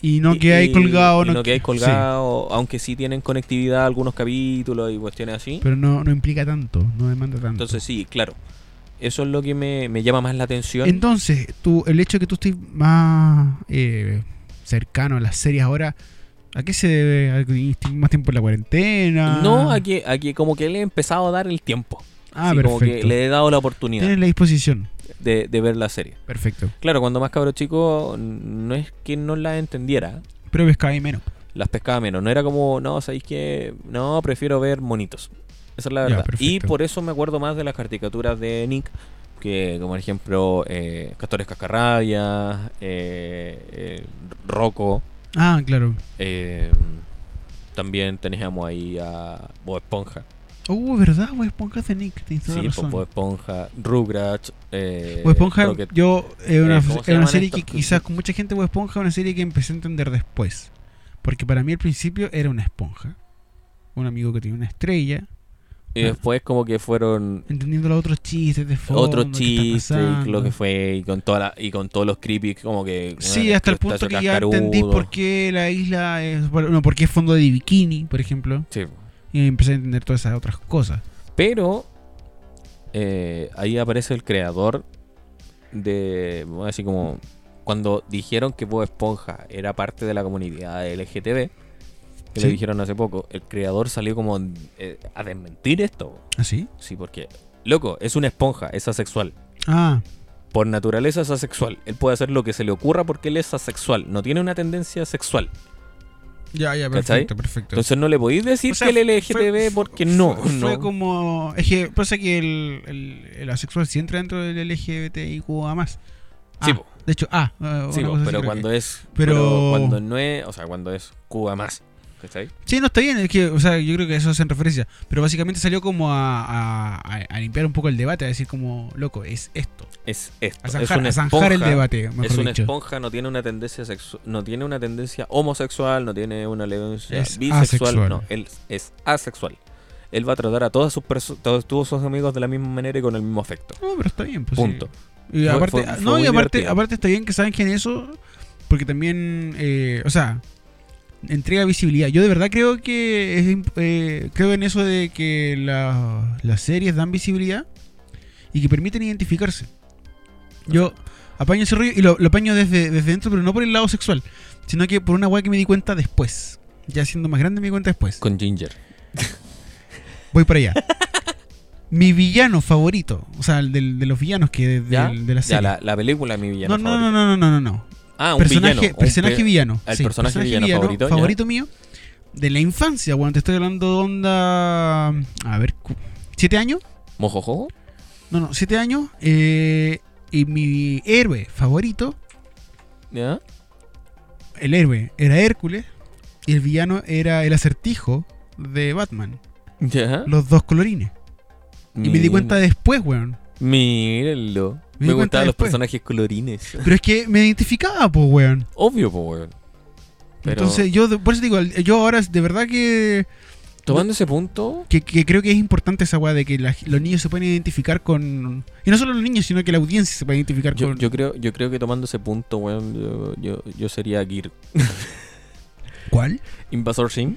Y no Y- que hay y- colgado, y no que hay sí, colgado, aunque sí tienen conectividad algunos capítulos y cuestiones así. pero no, no implica tanto, no demanda tanto. Entonces sí, claro. Eso es lo que me, me llama más la atención. Entonces, tú, el hecho de que tú estés más eh, cercano a las series ahora, ¿a qué se debe? ¿A que viniste más tiempo en la cuarentena? No a que, a que como que le he empezado a dar el tiempo. Ah, Así como que perfecto. le he dado la oportunidad Tienes la disposición. de, de ver la serie. Perfecto. Claro, cuando más cabro chico, no es que no la entendiera. Pero ves cada vez menos. Las pescaba menos. No era como, no, ¿sabéis qué? No, prefiero ver monitos. Esa es la Ya, verdad. y perfecto. por eso me acuerdo más de las caricaturas de Nick. Que, como por ejemplo, eh, Castores Cascarrabias, eh, eh, Rocco. Ah, claro. eh, también teníamos ahí a Bob Esponja. Uh, ¿verdad? Bob Esponja es de Nick. Tienes toda Sí, la pues, razón. Bob Esponja, Rugrats. Eh, Bob Esponja, Rocket- yo, es una, Eh, ¿cómo se era una llaman serie que estos? quizás con mucha gente Bob Esponja es una serie que empecé a entender después. Porque para mí al principio era una esponja. Un amigo que tenía una estrella. Y después, como que fueron Entendiendo los otros chistes de fondo. otros que están chistes y lo pasando. que fue y con toda la- y con todos los creepy como que Sí, bueno, hasta el punto crustáceo que ya entendí cascarudo. por qué la isla es. Bueno, por qué es fondo de bikini, por ejemplo. Sí. Y empecé a entender todas esas otras cosas. Pero eh, ahí aparece el creador de. vamos a decir como. Cuando dijeron que Bob Esponja era parte de la comunidad LGTB, que Sí. le dijeron hace poco, el creador salió como eh, a desmentir esto. ¿Ah, sí? Sí, porque, loco, es una esponja, es asexual. Ah, Por naturaleza es asexual. Él puede hacer lo que se le ocurra porque él es asexual. No tiene una tendencia sexual. ya, ya, ¿Cachai? perfecto, perfecto. Entonces no le podéis decir O sea, que el LGTB fue- porque fue- no. Fue, no. como. Es que pasa que el, el, el asexual sí entra dentro del LGBTIQA. más. Sí, po. de hecho, ah, eh, Sí, una po, cosa así creo pero que- cuando es. Pero- Pero... cuando no es. O sea, cuando es Cuba más. ¿Cachai? Sí, no está bien, es que, o sea, yo creo que eso hacen referencia. Pero básicamente salió como a, a- a- a limpiar un poco el debate, a decir como, loco, es esto. Es esto. A es zanjar, una a zanjar el esponja. debate, mejor es una dicho. esponja, no tiene una tendencia sexu- no tiene una tendencia homosexual, no tiene una tendencia Es bisexual, asexual. no, él es asexual. Él va a tratar a todas sus perso- todos, todos sus amigos de la misma manera y con el mismo afecto. No, pero está bien, pues. sí. Punto. Y Fue- aparte, fue- fue no, muy y aparte, divertido. aparte está bien que saben que en eso, porque también, eh, o sea, entrega visibilidad. Yo de verdad creo que es imp- eh, creo en eso de que la- las series dan visibilidad y que permiten identificarse. Yo apaño ese rollo y lo, lo apaño desde, desde dentro, pero no por el lado sexual, sino que por una weá que me di cuenta después. Ya siendo más grande me di cuenta después. Con Ginger. Voy para allá. Mi villano favorito, o sea, el del- de los villanos que de, ¿Ya? del- de la Ya, serie. la, la película mi villano no, no, favorito. no, no, no, no, no, no. Ah, un personaje, villano. un personaje pe- villano. el personaje villano favorito, ya. mío de la infancia, bueno, te estoy hablando de onda. A ver, cu- ¿siete años? Mojojojo. No, no, siete años. eh, y mi héroe favorito, ¿Ya? el héroe era Hércules y el villano era el acertijo de Batman. ¿Ya? Los dos colorines. Y me di Mm. cuenta después, weón. Mírenlo. Me Me, di cuenta gustaban los después. personajes colorines. Pero es que me identificaba, pues, weón. Obvio, po, weón. Pero Entonces, yo, de- por eso digo, yo ahora de verdad que tomando ese punto, que, que creo que es importante esa weá de que la- los niños se pueden identificar con. Y no solo los niños, sino que la audiencia se puede identificar yo, con. yo creo, yo creo que tomando ese punto, weón, yo, yo, yo sería Gear. ¿Cuál? Invasor Sim.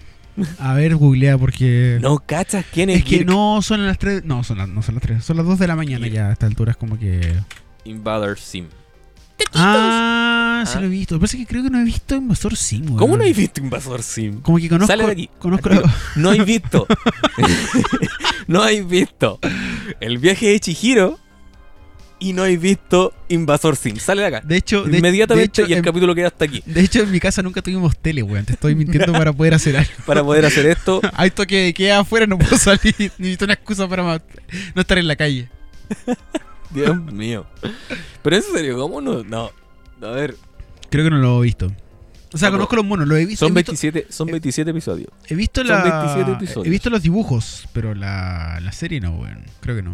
A ver, googlea porque. No cachas quién es, Eh. es que Girk? no son las 3. No, son las, no son las 3. Son las 2 de la mañana Girk. ya a esta altura. Es como que. Invader Sim. Ah, sí Ah. lo he visto. Lo que pasa es que creo que no he visto Invasor Sim, weón. ¿Cómo no hay visto Invasor Sim? Como que conozco. Sale de aquí. Conozco. Activa. No hay visto. no hay visto. El viaje de Chihiro y no hay visto Invasor Sim. Sale de acá. De hecho, de, Inmediatamente de hecho, em- y el en- capítulo queda hasta aquí. de hecho, en mi casa nunca tuvimos tele, weón. Te estoy mintiendo para poder hacer algo. Para poder hacer esto, Hay toque de queda afuera, no puedo salir. Necesito una excusa para ma- no estar en la calle. Dios mío. Pero en serio, ¿cómo no? No. A ver, Creo que no lo he visto. O sea, No, conozco los monos, los he visto. son he visto, 27, son 27 episodios. he visto son la- 27 episodios. He visto los dibujos, pero la, la serie no, weón. Creo que no.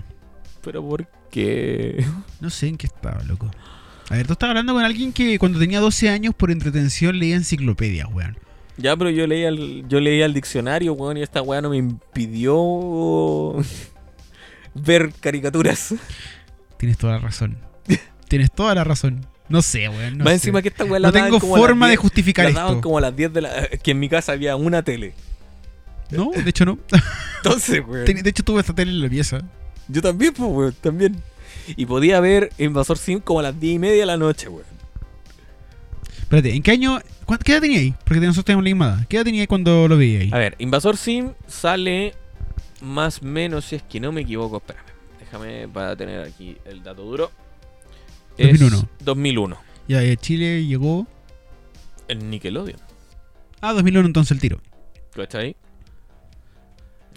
Pero ¿por qué? No sé en qué estaba, loco. A ver, tú estabas hablando con alguien que cuando tenía 12 años por entretención leía enciclopedias, weón. Ya, pero yo leía el, yo leía el diccionario, weón, y esta weá no me impidió ver caricaturas. Tienes toda la razón. Tienes toda la razón. No sé, weón. No, Más sé. encima que esta weá la no daban tengo como a las forma de 10, justificar la daban esto. como a las 10 de la... eh, Que en mi casa había una tele. No, de hecho no. Entonces, weón. Ten- De hecho tuve esta tele en la pieza. Yo también, pues, weón, también. Y podía ver Invasor Sim como a las 10 y media de la noche, weón. Espérate, ¿en qué año? cuán- ¿Qué edad tenía ahí? Porque nosotros tenemos la misma edad. ¿Qué edad tenía ahí cuando lo veía ahí? A ver, Invasor Sim sale más o menos, si es que no me equivoco, espérame. Déjame para tener aquí el dato duro. Es 2001. 2001. Ya, eh, Chile llegó. El Nickelodeon. Ah, 2001 entonces el tiro. ¿Cachai?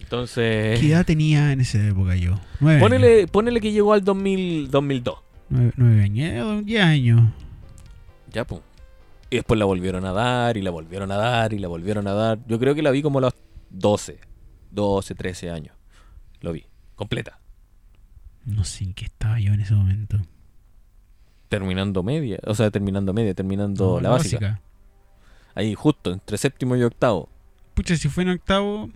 Entonces... ¿Qué edad tenía en esa época yo? Nueve Eh. años. Ponele, ponele que llegó al 2000, 2002. Nueve, nueve años. eh, o Diez años. Ya, pum. Y después la volvieron a dar, y la volvieron a dar, y la volvieron a dar. Yo creo que la vi como a los 12, 12, 13 años. Lo vi, completa. No sé en qué estaba yo en ese momento. Terminando media, o sea, terminando media, terminando No, la básica. Ahí, justo, entre séptimo y octavo. Pucha, si fue en octavo.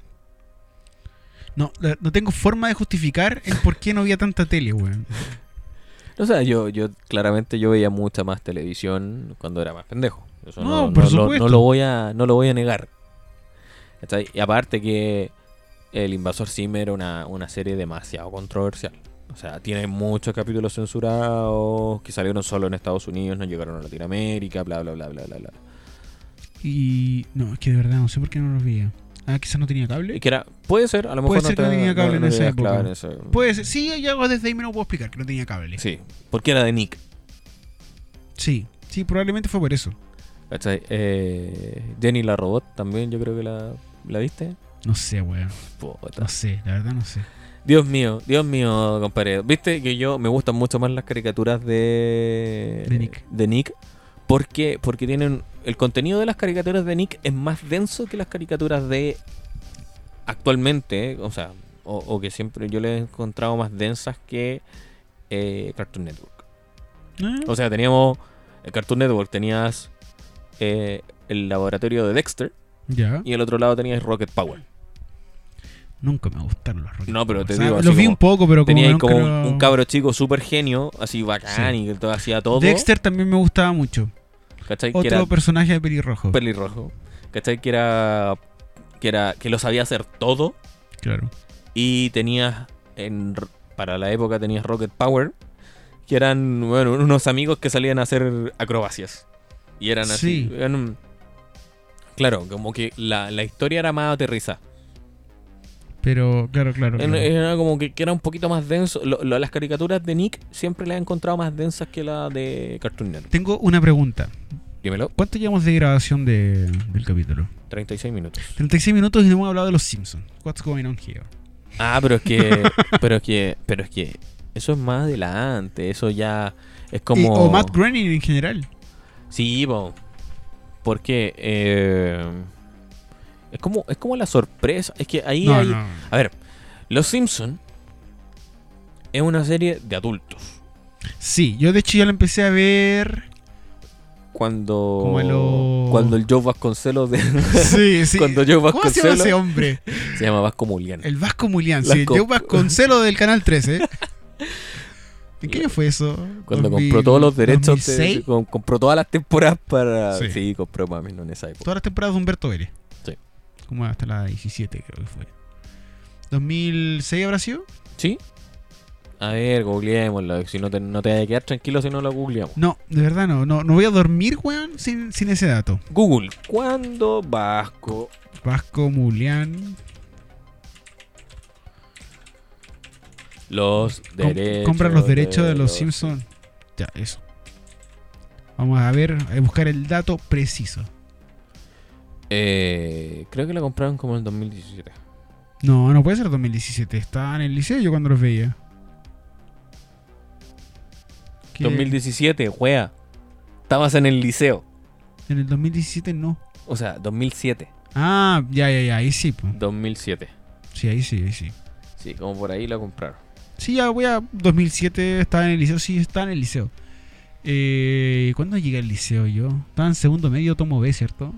No, la- no tengo forma de justificar el por qué no había tanta tele, weón. O sea, yo, yo claramente yo veía mucha más televisión cuando era más pendejo. Eso No, no, por no lo- supuesto. no lo voy a, no lo voy a negar. ¿Cachai? Y aparte que El Invasor Sim era una, una serie demasiado controversial. O sea, tiene muchos capítulos censurados que salieron solo en Estados Unidos, no llegaron a Latinoamérica, bla, bla, bla, bla, bla, bla. Y no, es que de verdad no sé por qué no los veía. Ah, quizás no tenía cable. Y que era, puede ser, a lo Puede mejor ser que no te- tenía cable en esa tenías época. clave en ese- Puede ser. Sí, hay algo desde ahí me lo puedo explicar, que no tenía cable. Sí, porque era de Nick. Sí, sí, probablemente fue por eso. ¿cachai? Eh, Jenny la robot también, yo creo que la, la viste. No sé, weón. Puta. No sé, la verdad no sé. Dios mío, Dios mío, compadre. Viste que yo me gustan mucho más las caricaturas de, De Nick. de Nick, porque, porque tienen. El contenido de las caricaturas de Nick es más denso que las caricaturas de actualmente. eh, O sea, o, o que siempre yo le he encontrado más densas que eh, Cartoon Network. O sea, teníamos. El Cartoon Network tenías eh, el laboratorio de Dexter Ya. y el otro lado tenías Rocket Power. Nunca me gustaron los Rocket No, pero Power. te O sea, digo así Los vi como- un poco, pero como. Tenía ahí nunca como un, lo- un cabro chico súper genio, así bacán Sí. y que todo hacía todo. Dexter también me gustaba mucho. ¿cachai? Que era Otro personaje de pelirrojo. pelirrojo. ¿Cachai? Que era, que era. que lo sabía hacer todo. claro. Y tenías. En, r- para la época tenías Rocket Power. Que eran, bueno, unos amigos que salían a hacer acrobacias. Y eran así. Sí. eran- claro, como que la, la historia era más aterrizada. Pero, claro, claro. En- eh, claro. Era como que, que era un poquito más denso. Lo- lo- las caricaturas de Nick siempre las he encontrado más densas que la de Cartoon Network. Tengo una pregunta. Dímelo. ¿Cuánto llevamos de grabación de- del capítulo? 36 minutos. 36 minutos y no hemos hablado de los Simpsons. What's going on here? Ah, pero es que. pero es que. Pero es que. Eso es más adelante. Eso ya. Es como. Y- o Matt Groening en general. sí, po. Porque. eh, es como. Es como la sorpresa. Es que ahí No, hay. no. A ver. Los Simpson es una serie de adultos. Sí, yo de hecho ya lo empecé a ver. Cuando. Como a lo- Cuando el Joe Vasconcelos de- Sí, sí. Cuando Joe ¿Cómo se llama Vasconcelos ese hombre? se llama Vasco Mulián. El Vasco Mulián, sí. Vasco. Joe Vasconcelo del Canal 13. ¿En qué año fue eso? Cuando 2000, compró todos los derechos, de- 2006. com- compró todas las temporadas para. Sí, Sí. compró más o menos en esa época. Todas las temporadas de Humberto Vélez. Sí. Como hasta la 17 creo que fue. ¿2006 habrá sido? ¿Sí? A ver, googleémoslo. Si no te, no te vas a quedar tranquilo si no lo googleamos. No, de verdad no. No, no voy a dormir, weón, sin, sin ese dato. Google, ¿cuándo Vasco? Vasco Mulián. Los com- derechos. compran los derechos de los Simpsons. Ya, eso. Vamos a ver, a buscar el dato preciso. Eh, creo que la compraron como en 2017. No, no puede ser 2017. Estaba en el liceo yo cuando los veía. Que 2017, wea. Estabas en el liceo. En el 2017 no. O sea, 2007. Ah, ya, ya, ya. Ahí sí, po. 2007. Sí, ahí sí, ahí sí. Sí, como por ahí la compraron. Sí, ya voy a 2007. Estaba en el liceo. Sí, estaba en el liceo. Eh, ¿Cuándo llegué al liceo yo? Estaba en segundo medio, tomo B, ¿cierto?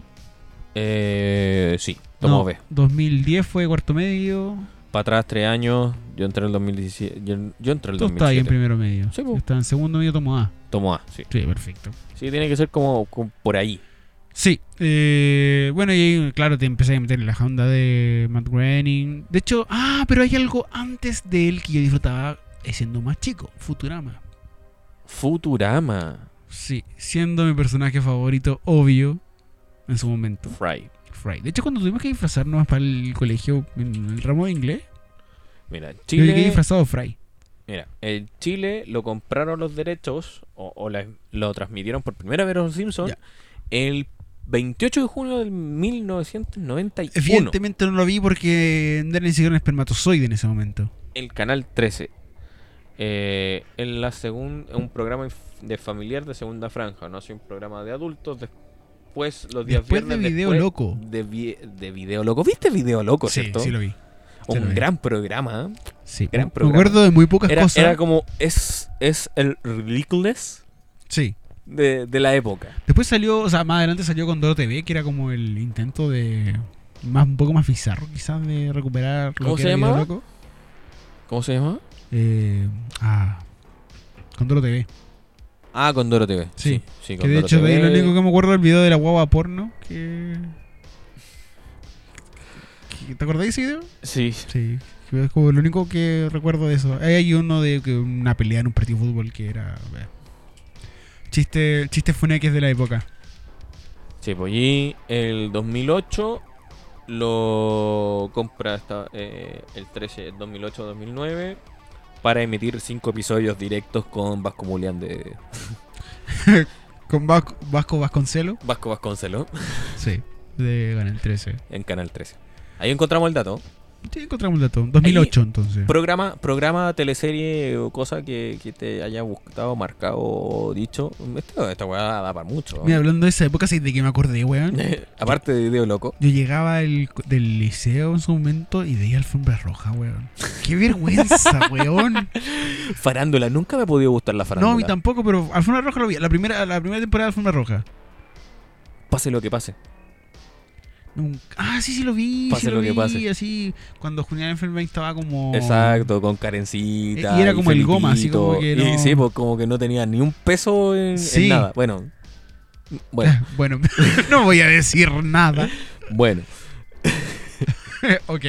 Eh, sí, tomo No, B. 2010 fue cuarto medio. Para atrás, tres años. Yo entré en el 2017. Yo, yo entré en el Tú estabas ahí en 2007. primero medio. Sí, pues. Sí, po. en segundo medio, tomo A. Tomo A, sí. Sí, perfecto. Sí, tiene que ser como, como por ahí. Sí, eh, bueno, y ahí, claro, te empecé a meter en la onda de Matt Groening. De hecho, ah, pero hay algo antes de él que yo disfrutaba siendo más chico, Futurama. Futurama. Sí, siendo mi personaje favorito, obvio, en su momento, Fry. Fry. De hecho, cuando tuvimos que disfrazarnos para el colegio en el ramo de inglés, Mira, en yo llegué Chile, disfrazado de Fry. mira, en Chile lo compraron los derechos o, o la- lo transmitieron por primera vez a los Simpsons Ya. el 28 de junio de 1991. Evidentemente no lo vi porque no era ni siquiera un espermatozoide en ese momento. El canal 13. Eh, en la segun- un programa inf- de familiar de segunda franja, no así un programa de adultos. Después, los días Después de viernes. Video después Loco. De, vi- de Video Loco. ¿Viste Video Loco, sí, cierto? sí lo vi. sí lo un vi. gran programa. ¿eh? Sí, Gran me programa. acuerdo de muy pocas Era, cosas. era como. Es, es el ridiculous Sí. de, de la época. Después salió, o sea, más adelante salió Condor TV, que era como el intento de. Más, un poco más bizarro, quizás, de recuperar. lo ¿Cómo que se era Video llamaba? Loco. ¿Cómo se llama? Eh, ah. Condoro TV. Ah, Condoro TV. Sí. sí que de Condoro hecho, de ahí lo TV. único que me acuerdo es el video de la guagua porno. Que. que- ¿Te acordáis de ese video? Sí. Sí. Es como lo único que recuerdo de eso. Ahí hay uno de que una pelea en un partido de fútbol que era. eh, Chiste, chiste funeques de la época. Sí, pues y el 2008 lo compra hasta, eh, el 13, el 2008-2009 para emitir cinco episodios directos con Vasco Mulián de Con Vasco, Vasco Vasconcelo. Vasco Vasconcelo Sí, de Canal 13. en Canal 13. Ahí encontramos el dato. Sí, encontramos el dato. 2008 entonces. Programa, programa, teleserie o cosa que, que te haya gustado, marcado o dicho. Este- esta weá da para mucho. Mira, hablando de esa época, sí, de que me acordé, weón. Aparte de Deo Loco. Yo llegaba del, del liceo en su momento y veía alfombra roja, weón. ¡Qué vergüenza, weón! Farándula, nunca me ha podido gustar la farándula. No, a mí tampoco, pero alfombra roja lo vi. La primera, la primera temporada de alfombra roja. Pase lo que pase. Nunca- Ah, sí, sí lo vi. Pase sí lo vi, que pase. Así, cuando Julián Enfermein estaba como... Exacto, con carencita. Oh. Y era como el goma, así Felipito. como que Y no- sí, pues como que no tenía ni un peso en, en Sí. nada. Bueno, bueno, Bueno, no voy a decir nada. bueno. ok.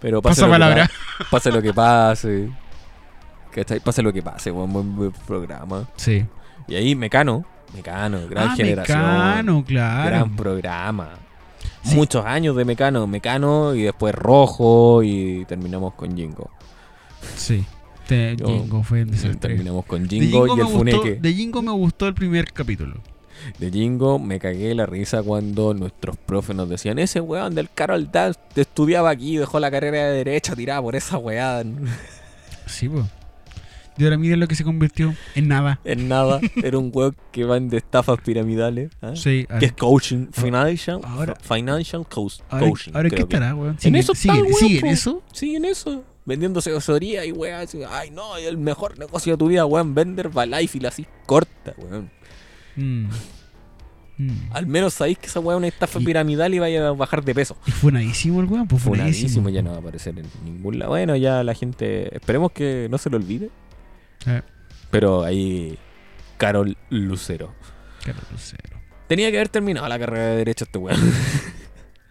Pero pase lo Pasa que palabra. pa- pase lo que pase. ¿Cachai? Pase lo que pase, buen, buen, buen programa. Sí. Y ahí Mecano, Mecano, gran ah, generación. Mecano, claro. Gran programa. Sí. Muchos años de Mecano, Mecano y después Rojo y terminamos con Jingo. Sí. Te- Yo- Jingo fue un desastre. Terminamos con De Jingo y el me gustó- Funeque. de Jingo me gustó el primer capítulo. De Jingo me cagué la risa cuando nuestros profes nos decían, ese weón del Carol Dance te estudiaba aquí, dejó la carrera de derecho tirada por esa weá. Sí, po. Y ahora mira lo que se convirtió en nada. En nada, era un weón que va en de estafas piramidales. ¿ah? Sí, ahora, Que es coaching, financial, Ahora- financial coach- ahora- coaching. ahora ¿en qué creo que. estará, weón? En eso está, sigue, weón, sigue, po. eso. Siguen eso, vendiéndose asesoría y weá. así, Ay, no, el mejor negocio de tu vida, weón. Vender by life y la así corta, weón. Mm. Mm. Al menos sabéis que esa weá es una estafa Y- piramidal y vaya a bajar de peso. Y funadísimo el weón, pues funadísimo. Funadísimo, ya no va a aparecer en ningún lado. Bueno, ya la gente, esperemos que no se lo olvide. Eh. Pero ahí, Carol Lucero. Claro, Lucero. Tenía que haber terminado la carrera de Derecho este weón.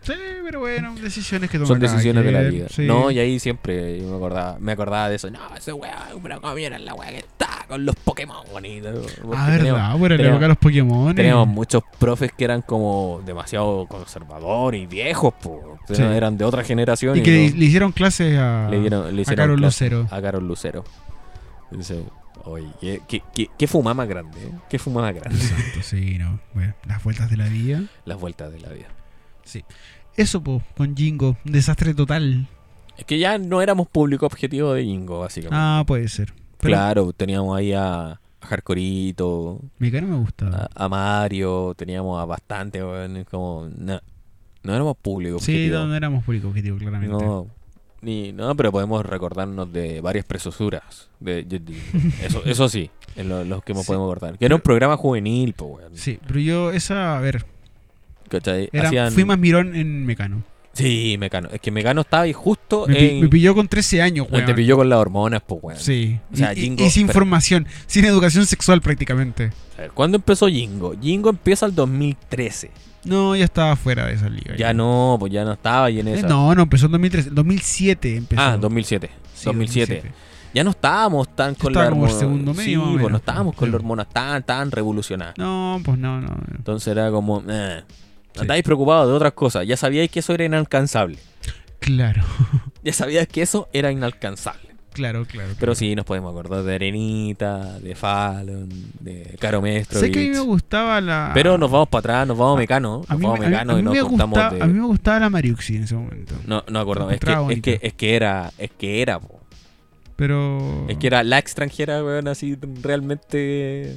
Sí, pero bueno, decisiones que toman. Son decisiones de la cada vida. quien, sí. Ah, No, y ahí siempre yo me acordaba, me acordaba de eso. No, ese weón, pero cómo mierda es la weá que está con los Pokémon. bonito. Porque Ah, teníamos- verdad, por la teníamos- época de los Pokémon. Teníamos muchos profes que eran como demasiado conservadores y viejos, po. O sea, Sí. eran de otra generación. Y que le, no- le hicieron clases a, le dieron, le a hicieron Carol clase- Lucero. a Carol Lucero. Dice, oye, ¿qué, qué, qué, qué fuma más grande? eh? ¿Qué fuma más grande? Exacto, sí, no. Bueno, las vueltas de la vida. Las vueltas de la vida. Eso, po, con Jingo. Un desastre total. Es que ya no éramos público objetivo de Jingo, básicamente. Ah, puede ser. Pero claro, teníamos ahí a, a Hardcoreito, Mecano me gustaba. a, a Mario, teníamos a bastante, weón, es como, no, no éramos público sí, objetivo. no, no éramos público objetivo, claramente. No, ni, no, pero podemos recordarnos de varias presosuras. De, de- de- eso, eso sí, es lo, los que nos Sí. podemos acordar. Que era un programa juvenil, po, weón. Sí, pero yo esa, a ver, ¿Cachai? era, Hacían- fui más mirón en Mecano. Sí, Mecano. Es que Mecano estaba ahí justo Me, pi- en... me pilló con 13 años, donde weón. te pilló con las hormonas, pues, weón. Sí, O sea, y, y- Jingo- y sin pero- formación, sin educación sexual prácticamente. A ver, ¿Cuándo empezó Jingo? Jingo empieza el 2013. No, ya estaba fuera de esa liga. Ya no, pues ya no estaba ahí en Eh, esa. no, no, empezó en 2013. 2007 empezó. Ah, 2007. Sí, 2007. Ya no estábamos tan con estaba la como el hormona. segundo Sí, medio, más o pues, no menos. estábamos con Sí. la hormona tan, tan revolucionada. No, pues no, no. no. Entonces era como, eh, Sí. andáis preocupados de otras cosas. Ya sabíais que eso era inalcanzable. Claro, Ya sabíais que eso era inalcanzable. claro, claro. Pero claro. sí, nos podemos acordar de Arenita, de Fallon, de Caro Mestro. Sé que a mí me gustaba la. Pero nos vamos para atrás, nos vamos a Mecano. A Nos vamos mí, me- a a mí- Mecano a y mí nos me acordamos gustaba, de. a mí me gustaba la Mariuxi en ese momento. No, no acordamos. Es que, encontraba es, que, bonita. es que era. Es que era, po. Pero. Es que era la extranjera, weón, así realmente.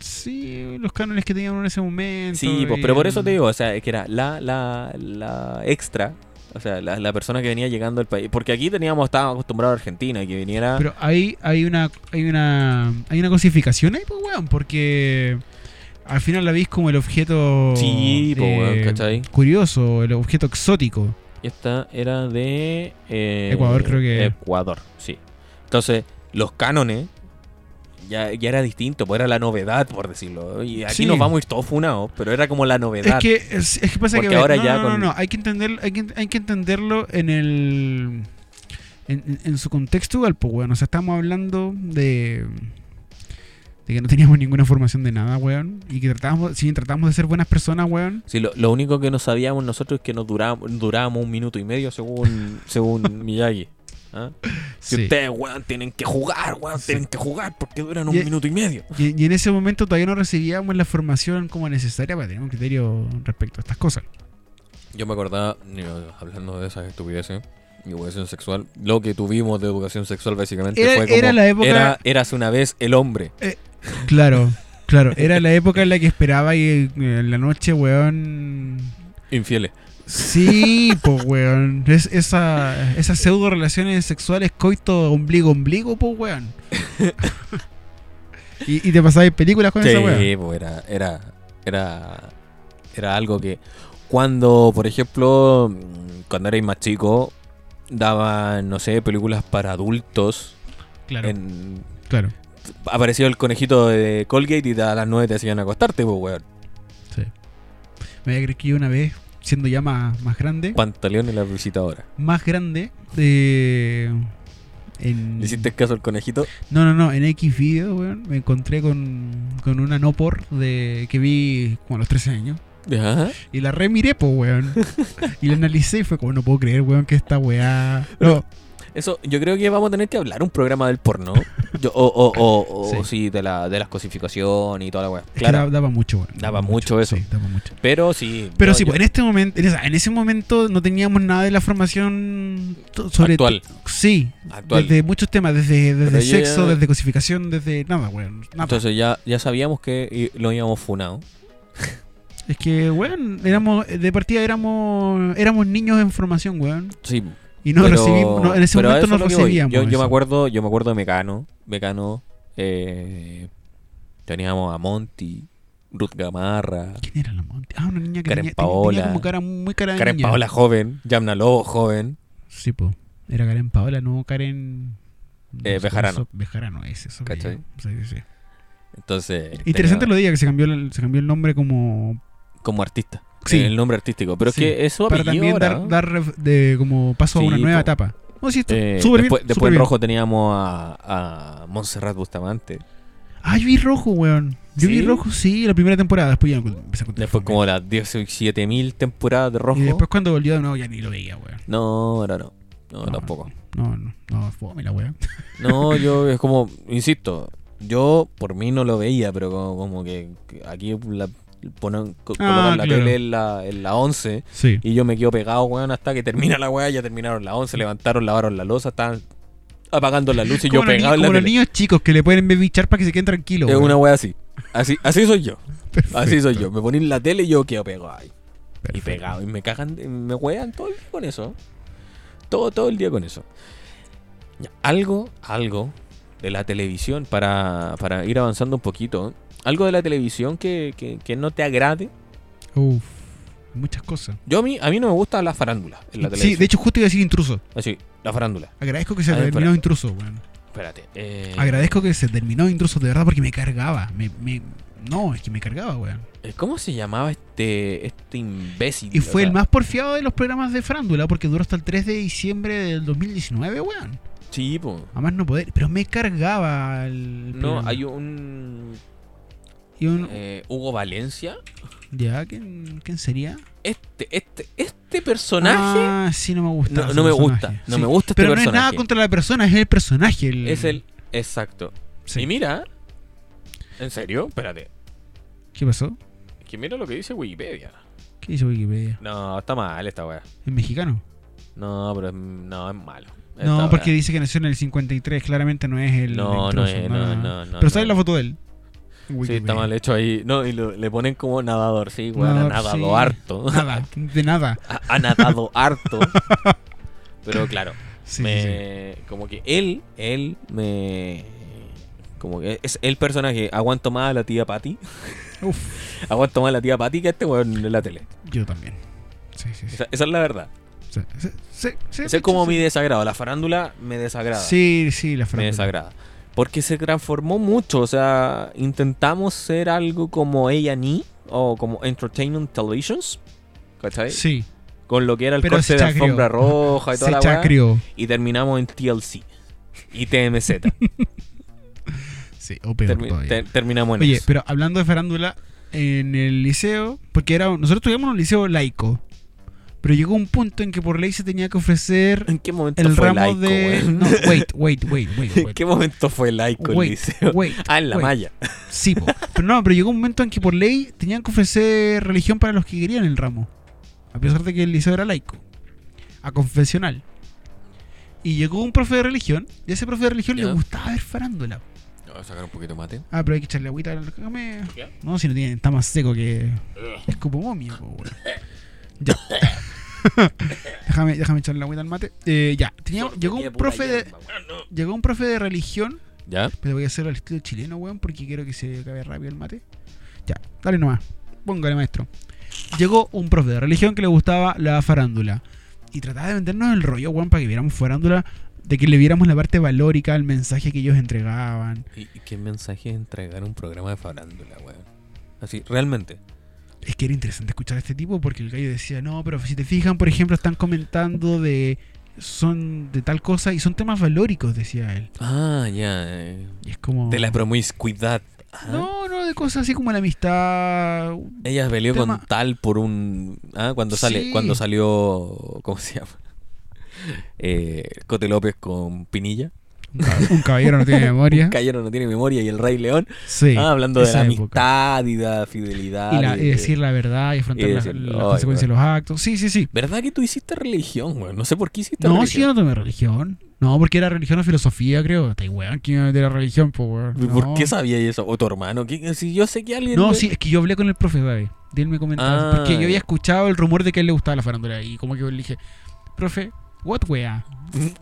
Sí, los cánones que tenían en ese momento. Sí, pues, y- pero por eso te digo, o sea, es que era la, la, la extra. O sea, la, la persona que venía llegando al país. Porque aquí teníamos, estábamos acostumbrados a Argentina y que viniera. Pero ahí hay una, hay una. Hay una cosificación ahí, pues, weón, porque. Al final la veis como el objeto. sí, pues, eh, weón, ¿cachai? Curioso, el objeto exótico. Esta era de. eh, Ecuador, creo que. Ecuador, sí. Entonces, los cánones ya, ya era distinto, pues era la novedad, por decirlo. Y aquí Sí. nos vamos a ir todos funados, pero era como la Es novedad. que, es, es que pasa Porque que. a ver, ahora no, ya no, no, con- no, hay que, entender, hay, que, hay que entenderlo en el. En, en- en su contexto igual, pues, weón. O sea, estamos hablando de. de que no teníamos ninguna formación de nada, weón. Y que tratábamos, si tratábamos de ser buenas personas, weón. Sí, lo, lo único que no sabíamos nosotros es que nos durábamos, durábamos un minuto y medio según, según Miyagi. ¿Ah? Si Sí. ustedes, weón, tienen que jugar, weón, Sí. tienen que jugar porque duran un Y- minuto y medio. Y, y en ese momento todavía no recibíamos la formación como necesaria para tener un criterio respecto a estas cosas. Yo me acordaba, yo, hablando de esas estupideces y educación sexual, lo que tuvimos de educación sexual básicamente Era- fue como... era la época- Era, eras una vez el hombre. Claro, claro. Era la época en la que esperaba y eh, en la noche, weón. Infieles. Sí, po, weón. Es, esa, esas pseudo relaciones sexuales, coito, ombligo, ombligo, po, weón. y, y te pasabas películas con esa weón. Sí, pues era, era, era, era algo que cuando, por ejemplo, mm, cuando erais más chico, daban, no sé, películas para adultos. Claro, En, claro. apareció el conejito de Colgate y a las 9 te hacían acostarte, pues, weón. Me voy a creer que yo una vez, siendo ya más, más grande, Pantaleón y la visitadora. más grande, eh, en... ¿Le hiciste caso al conejito? No, no, no, en X video, weón, me encontré con, con una no por de que vi como a los 13 años. Ajá. Y la remiré, po, weón. y la analicé y fue como, no puedo creer, weón, que esta weá. No, Eso, yo creo que vamos a tener que hablar un programa del porno. Yo- o, o, o, o- Sí. sí, de, la, de las cosificaciones y toda la weá. es que Claro. daba, daba mucho, weón. Daba mucho eso. Sí, daba mucho. Pero sí. Pero no, sí, yo- pues, en este momento, en, esa- en ese momento no teníamos nada de la formación to- sobre Actual. Sí, Actual. desde muchos temas, desde, desde Pero yo sexo, ya- desde cosificación, desde nada, weón. Nada. Entonces ya, ya sabíamos que i- lo íbamos funado. es que, weón, éramos, de partida éramos, éramos niños en formación, weón. Sí. Y no pero- recibimos, no, en ese pero a momento eso no es lo que voy. recibíamos. Yo, yo eso. me acuerdo, yo me acuerdo de Mecano. Mecano. eh, teníamos a Monty, Ruth Gamarra, ¿Quién era la Monty? Ah, una niña que Karen tenía, tenía Paola. como cara muy cara de Karen niña. Paola joven, Yamna Lobo joven. Sí, po. Era Karen Paola, no Karen. no Eh, sé, Bejarano. eso- Bejarano es eso. que ¿Cachai? Eh, yo- sí, sí, sí. Entonces. Interesante tenía- lo diga que se cambió, el, se cambió el nombre como. Como artista. Sí. El nombre artístico. Pero Sí. es que eso Para apellido también ahora, dar, ¿no? dar ref- de, como paso a una Sí, nueva po. etapa. No, sí, esto- Eh, súper después bien, súper después en bien. rojo teníamos a, a Montserrat Bustamante. Ah, yo vi rojo, weón. Yo vi ¿Sí? rojo, sí, la primera temporada. Después ya empecé a contar. Después como las 17.000 temporadas de rojo. Y después cuando volvió, no, ya ni lo veía, weón. No, ahora no. No, tampoco. No, no, no, fome la weón. No, yo es como, insisto, yo por mí no lo veía, pero como, como que que aquí la, ponen, co- colocan la Ah, claro. tele en la, en la 11 Sí. y yo me quedo pegado, weón, hasta que termina la weá, ya terminaron la 11, levantaron, lavaron la losa, estaban apagando la luz y yo como los, pegado niños, en la como los tele. niños chicos que le pueden bebichar para que se queden tranquilos. Es weón. una weá así. Así, así soy yo. Así soy Perfecto, yo. Me ponen la tele y yo quedo pegado ahí. Y perfecto. pegado. Y me cagan, me huean todo el día con eso. Todo, todo el día con eso. Ya, algo, algo de la televisión, para, para ir avanzando un poquito, algo de la televisión que, que- que no te agrade. Uf, muchas cosas. Yo a mí, a mí no me gusta la farándula en la Sí, televisión. de hecho, justo iba a decir intruso. Así, la farándula. Agradezco que se A ver, terminó espera. intruso, weón. Espérate. eh, Agradezco que se terminó intruso, de verdad, porque me cargaba. Me, me- No, es que me cargaba, weón. eh, ¿Cómo se llamaba este, este imbécil? Y O fue el sea, más porfiado de los programas de farándula, porque duró hasta el 3 de diciembre del 2019, weón. Sí, po. A más no poder. Pero me cargaba el. No, programa. hay un. Y un- eh, Hugo Valencia. ¿Ya? ¿Quién, quién sería? Este, este, este personaje. Ah, sí, no me gusta. No, ese no me personaje. gusta, no Sí. me gusta este Pero no es personaje. nada contra la persona, es el personaje. El... Es el. Exacto. Sí. Y mira. ¿En serio? Espérate. ¿Qué pasó? Que mira lo que dice Wikipedia. ¿Qué dice Wikipedia? No, está mal esta weá. ¿Es mexicano? No, pero es- no, es malo. Esta No, weá. porque dice que nació en el 53, claramente no es el. No, el no intruso, es, no, no, no, Pero no. sale la foto de él. En Sí, Wikipedia. está mal hecho ahí. No, y lo- le ponen como nadador, sí, weón. Ha Nadador, nadado sí. harto. Nada, de nada. ha, ha nadado harto. Pero claro, Sí, sí, me, como que él, él me. Como que es el personaje. Aguanto más a la tía Patty. sí. Uf, Aguanto más a la tía Patty que a este weón de la tele. yo también. Sí, sí, sí. Esa- esa es la verdad. Sí, sí, sí, sí, Ese es como sí. mi desagrado. La farándula me desagrada. Sí, sí, la Me frase. desagrada. Porque se transformó mucho. O sea, intentamos ser algo como A&E o como Entertainment Televisions. ¿Cachai? Sí, Con lo que era el Pero corte se de chacrió. alfombra roja y toda se la weá. chacrió. Y terminamos en TLC. Y TMZ. Sí, o peor Termi- todavía. ter- terminamos en Oye, eso. pero hablando de farándula, en el liceo, porque era un- nosotros tuvimos un liceo laico, pero llegó un punto en que por ley se tenía que ofrecer ¿En qué momento el fue ramo laico, de... weón? No, wait, wait, wait, wait. ¿En wait. qué momento fue laico el Wait, liceo? wait, ah, en la wait. malla. Sí, po. pero no, pero llegó un momento en que por ley tenían que ofrecer religión para los que querían el ramo, a pesar de que el liceo era laico, a confesional. Y llegó un profe de religión, y a ese profe de religión Ya. le gustaba ver farándula. Voy a sacar un poquito de mate. Ah, pero hay que echarle agüita al cacame. ¿Qué? No, si no tiene, está más seco que. Es como momia, po, weón. Ya. déjame, déjame echarle agüita al mate. Eh, ya. Tenía- llegó un profe de. Llegó un profe de religión. ¿Ya? Pero voy a hacerlo al estilo chileno, weón, porque quiero que se acabe rápido el mate. Ya, dale nomás. Póngale, maestro. Llegó un profe de religión que le gustaba la farándula. Y trataba de vendernos el rollo, weón, para que viéramos farándula. De que le viéramos la parte valórica, el mensaje que ellos entregaban. ¿Y, y qué mensaje es entregar un programa de farándula, weón? Así, realmente. Es que era interesante escuchar a este tipo porque el gallo decía, no, pero si te fijan, por ejemplo, están comentando de son de tal cosa y son temas valóricos, decía él. Ah, ya. eh. Y es como... De la promiscuidad. Ah, No, no, de cosas así como la amistad. Ella peleó Tema- con tal por un. Ah, cuando sale, Sí. cuando salió. ¿Cómo se llama? Eh, Cote López con Pinilla. Un cab- Un caballero no tiene memoria. Cayero no tiene memoria y el Rey León. Sí. ah, hablando de la esa época. amistad y de la fidelidad. Y, la- y de- decir la verdad y afrontar y las- decirlo, las ay, consecuencias de los actos. Sí, sí, sí. ¿Verdad que tú hiciste religión, weón? No sé por qué hiciste No, si yo religión. no tomé religión. No, porque era religión o filosofía, creo. Está weón, ¿quién iba a meter la religión, po, weón? ¿Y ¿Por No. qué sabía eso? ¿O tu hermano? ¿Qué- Si yo sé que alguien. No, me- sí, es que yo hablé con el profe, Gaby. Y él me comentaba. Ah, porque yo ya. había escuchado el rumor de que a él le gustaba la farándula. Y como que yo le dije, profe, what wea?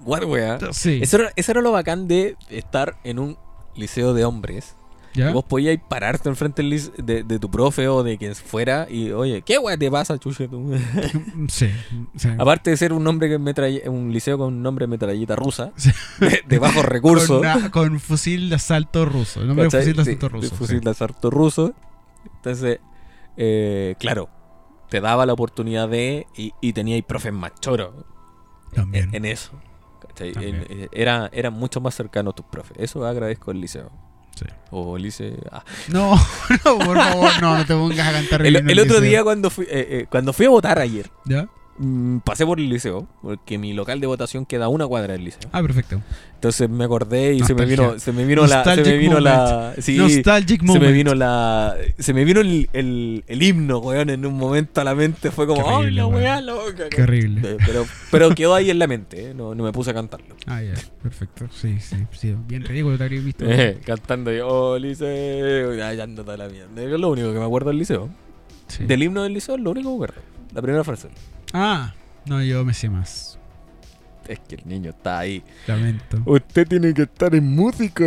What, weá? Sí. Eso era, eso era lo bacán de estar en un liceo de hombres. ¿ya? Y vos podías ir pararte enfrente del lice- de, de tu profe o de quien fuera y, oye, ¿qué weá te pasa, chuche? tú? Sí. sí. Aparte de ser un hombre que metralle- un liceo con un nombre de metralleta rusa, Sí. de, de bajos Con, recursos. una- con fusil de asalto ruso. El nombre de ¿cachai? fusil de Sí, asalto de ruso. fusil de asalto ruso. Entonces, eh, claro, te daba la oportunidad de. Y, y tenía ahí profes más choros sí. También. en eso. ¿cachai? También. En- eh, era, era mucho más cercano a tus profes. Eso agradezco al liceo. Sí. O liceo. ah. No, no, por favor, no, no te pongas a cantar. El, himno el otro del día liceo. cuando fui, eh, eh, cuando fui a votar ayer, ¿Ya? mm, pasé por el liceo, porque mi local de votación queda a una cuadra del liceo. Ah, perfecto. Entonces me acordé y se me Nostalgia. vino, se me vino la, se me Nostalgic vino la, sí, Nostalgic se moment. me vino la, se me vino el, el, el himno, weón, en un momento a la mente fue como, Qué ay, horrible, la weón. weá loca. Qué horrible. Eh, Pero, pero quedó ahí en la mente, eh, no, no me puse a cantarlo. Ah, ya, perfecto. Sí, sí, sí. Bien ridículo te habría visto. Eh, Cantando yo, oh, liceo, ya, ya ando toda la mierda. Es lo único que me acuerdo del liceo. Sí. Del himno del liceo es lo único que me acuerdo. La primera frase. Ah, no, yo me sé más. Es que el niño está ahí. Lamento. Usted tiene que estar en música.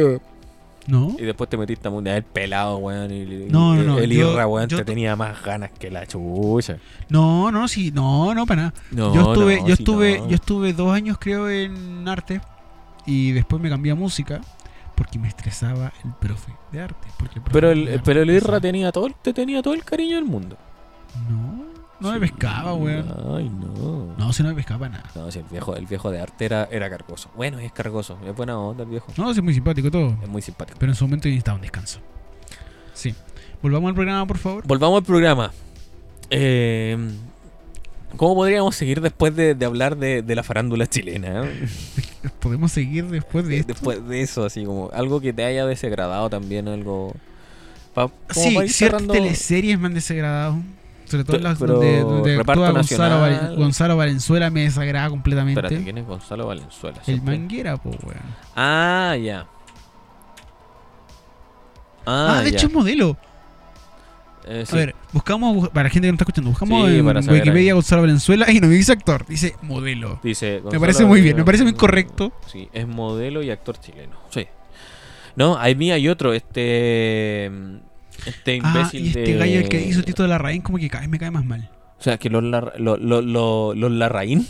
¿No? Y después te metiste a mundial pelado, weón. Y, y- No, no, no, El yo- Irra, weón, yo te to- tenía más ganas que la chucha. No, no, sí, no, no, para nada. No, yo estuve, no, yo sí, estuve, no. yo estuve dos años creo en arte y después me cambié a música porque me estresaba el profe de arte. Porque profe Pero de el, arte pero el me Irra estresaba. tenía todo, el- te tenía todo el cariño del mundo. No, no me Sí, pescaba, weón. Ay, no. No, si no me pescaba nada. No, si el viejo, el viejo de arte era, era cargoso. Bueno, es cargoso, es buena onda el viejo. No, sí, es muy simpático todo. Es muy simpático. Pero en su momento yo necesitaba un descanso. Sí. Volvamos al programa, por favor. Volvamos al programa. Eh, ¿Cómo podríamos seguir después de, de hablar de, de la farándula chilena? eh? Podemos seguir después de esto. Después de este. eso, así como algo que te haya desagradado también, algo. pa- como Sí, para ir ciertas cerrando- teleseries me han desagradado. Sobre todo Te- las pero donde, donde reparto actúa Gonzalo, nacional. Valen- Gonzalo Valenzuela me desagrada completamente. Espérate, ¿quién es Gonzalo Valenzuela? el ¿cierto? manguera, po, weón. Ah, ya. Ah, Ah, de ya. hecho es modelo. Eh, sí. A ver, buscamos, para la gente que no está escuchando, buscamos Sí, en para saber Wikipedia ahí. Gonzalo Valenzuela y no me dice actor, dice modelo. Dice, Me parece muy bien, me parece muy correcto. Sí, es modelo y actor chileno. Sí. No, ahí mí hay otro, este. Este Ah, imbécil y este de- gallo el que hizo Tito de la Raín como que cada vez me cae más mal. O sea, que los, Lar- lo- lo- lo- los Larraín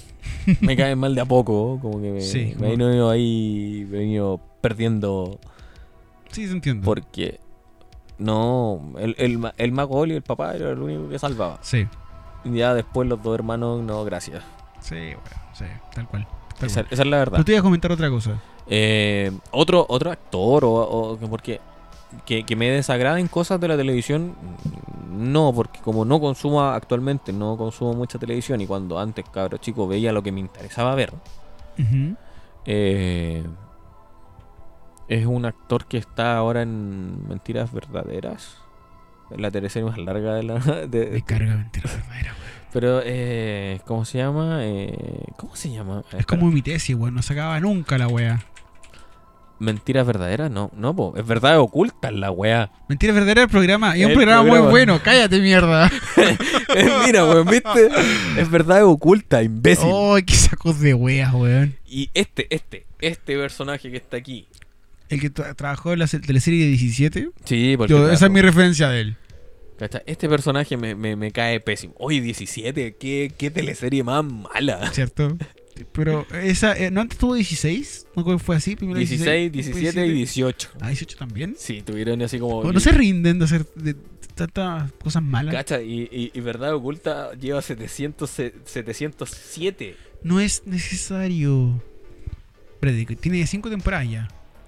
me caen mal de a poco. Como que me, Sí, me como- he venido ahí me he venido perdiendo. Sí, se entiende. Porque. No, el, el, ma- el Magoli, el papá, era el único que salvaba. Sí, Y Ya después los dos hermanos, no, gracias. sí, weón, sí, tal cual. Tal Esa, cual. esa es la verdad. Pero te voy a comentar otra cosa. Eh, otro, otro actor, o, o- porque que, que me desagraden cosas de la televisión, no, porque como no consumo actualmente, no consumo mucha televisión y cuando antes, cabro chico, veía lo que me interesaba ver, Ujú. eh, es un actor que está ahora en Mentiras Verdaderas, en la teleserie más larga de la... de- Me carga mentira verdadera, güey. pero, eh, ¿cómo se llama? Eh, ¿Cómo se llama? Es como mi tesis, güey. No se acaba nunca la wea. ¿Mentiras verdaderas? No, no, po. es verdad oculta la weá. Mentira verdadera el programa. Y es un El programa, muy programa. bueno. Cállate, mierda. Eh, Mira, weón, ¿viste? Es verdad oculta, Ay, imbécil. qué sacos de weas, weón. Y este, este, este personaje que está aquí. El que tra- trabajó en la se- teleserie de 17. Sí, porque. Yo- claro, esa es mi referencia de él. ¿cachai? Este personaje me, me- me cae pésimo. Oye, 17, qué, qué teleserie más mala. ¿Cierto? Pero esa. eh, ¿No antes tuvo 16? ¿No creo que fue así? Primero 16, 17 y 18. Ah, 18 también. Sí, tuvieron así como. Oh, no se rinden de hacer de tantas cosas malas. Cacha, y, y- y Verdad Oculta lleva 700, se- 707. No es necesario. Espérate, que tiene 5 temporadas ya.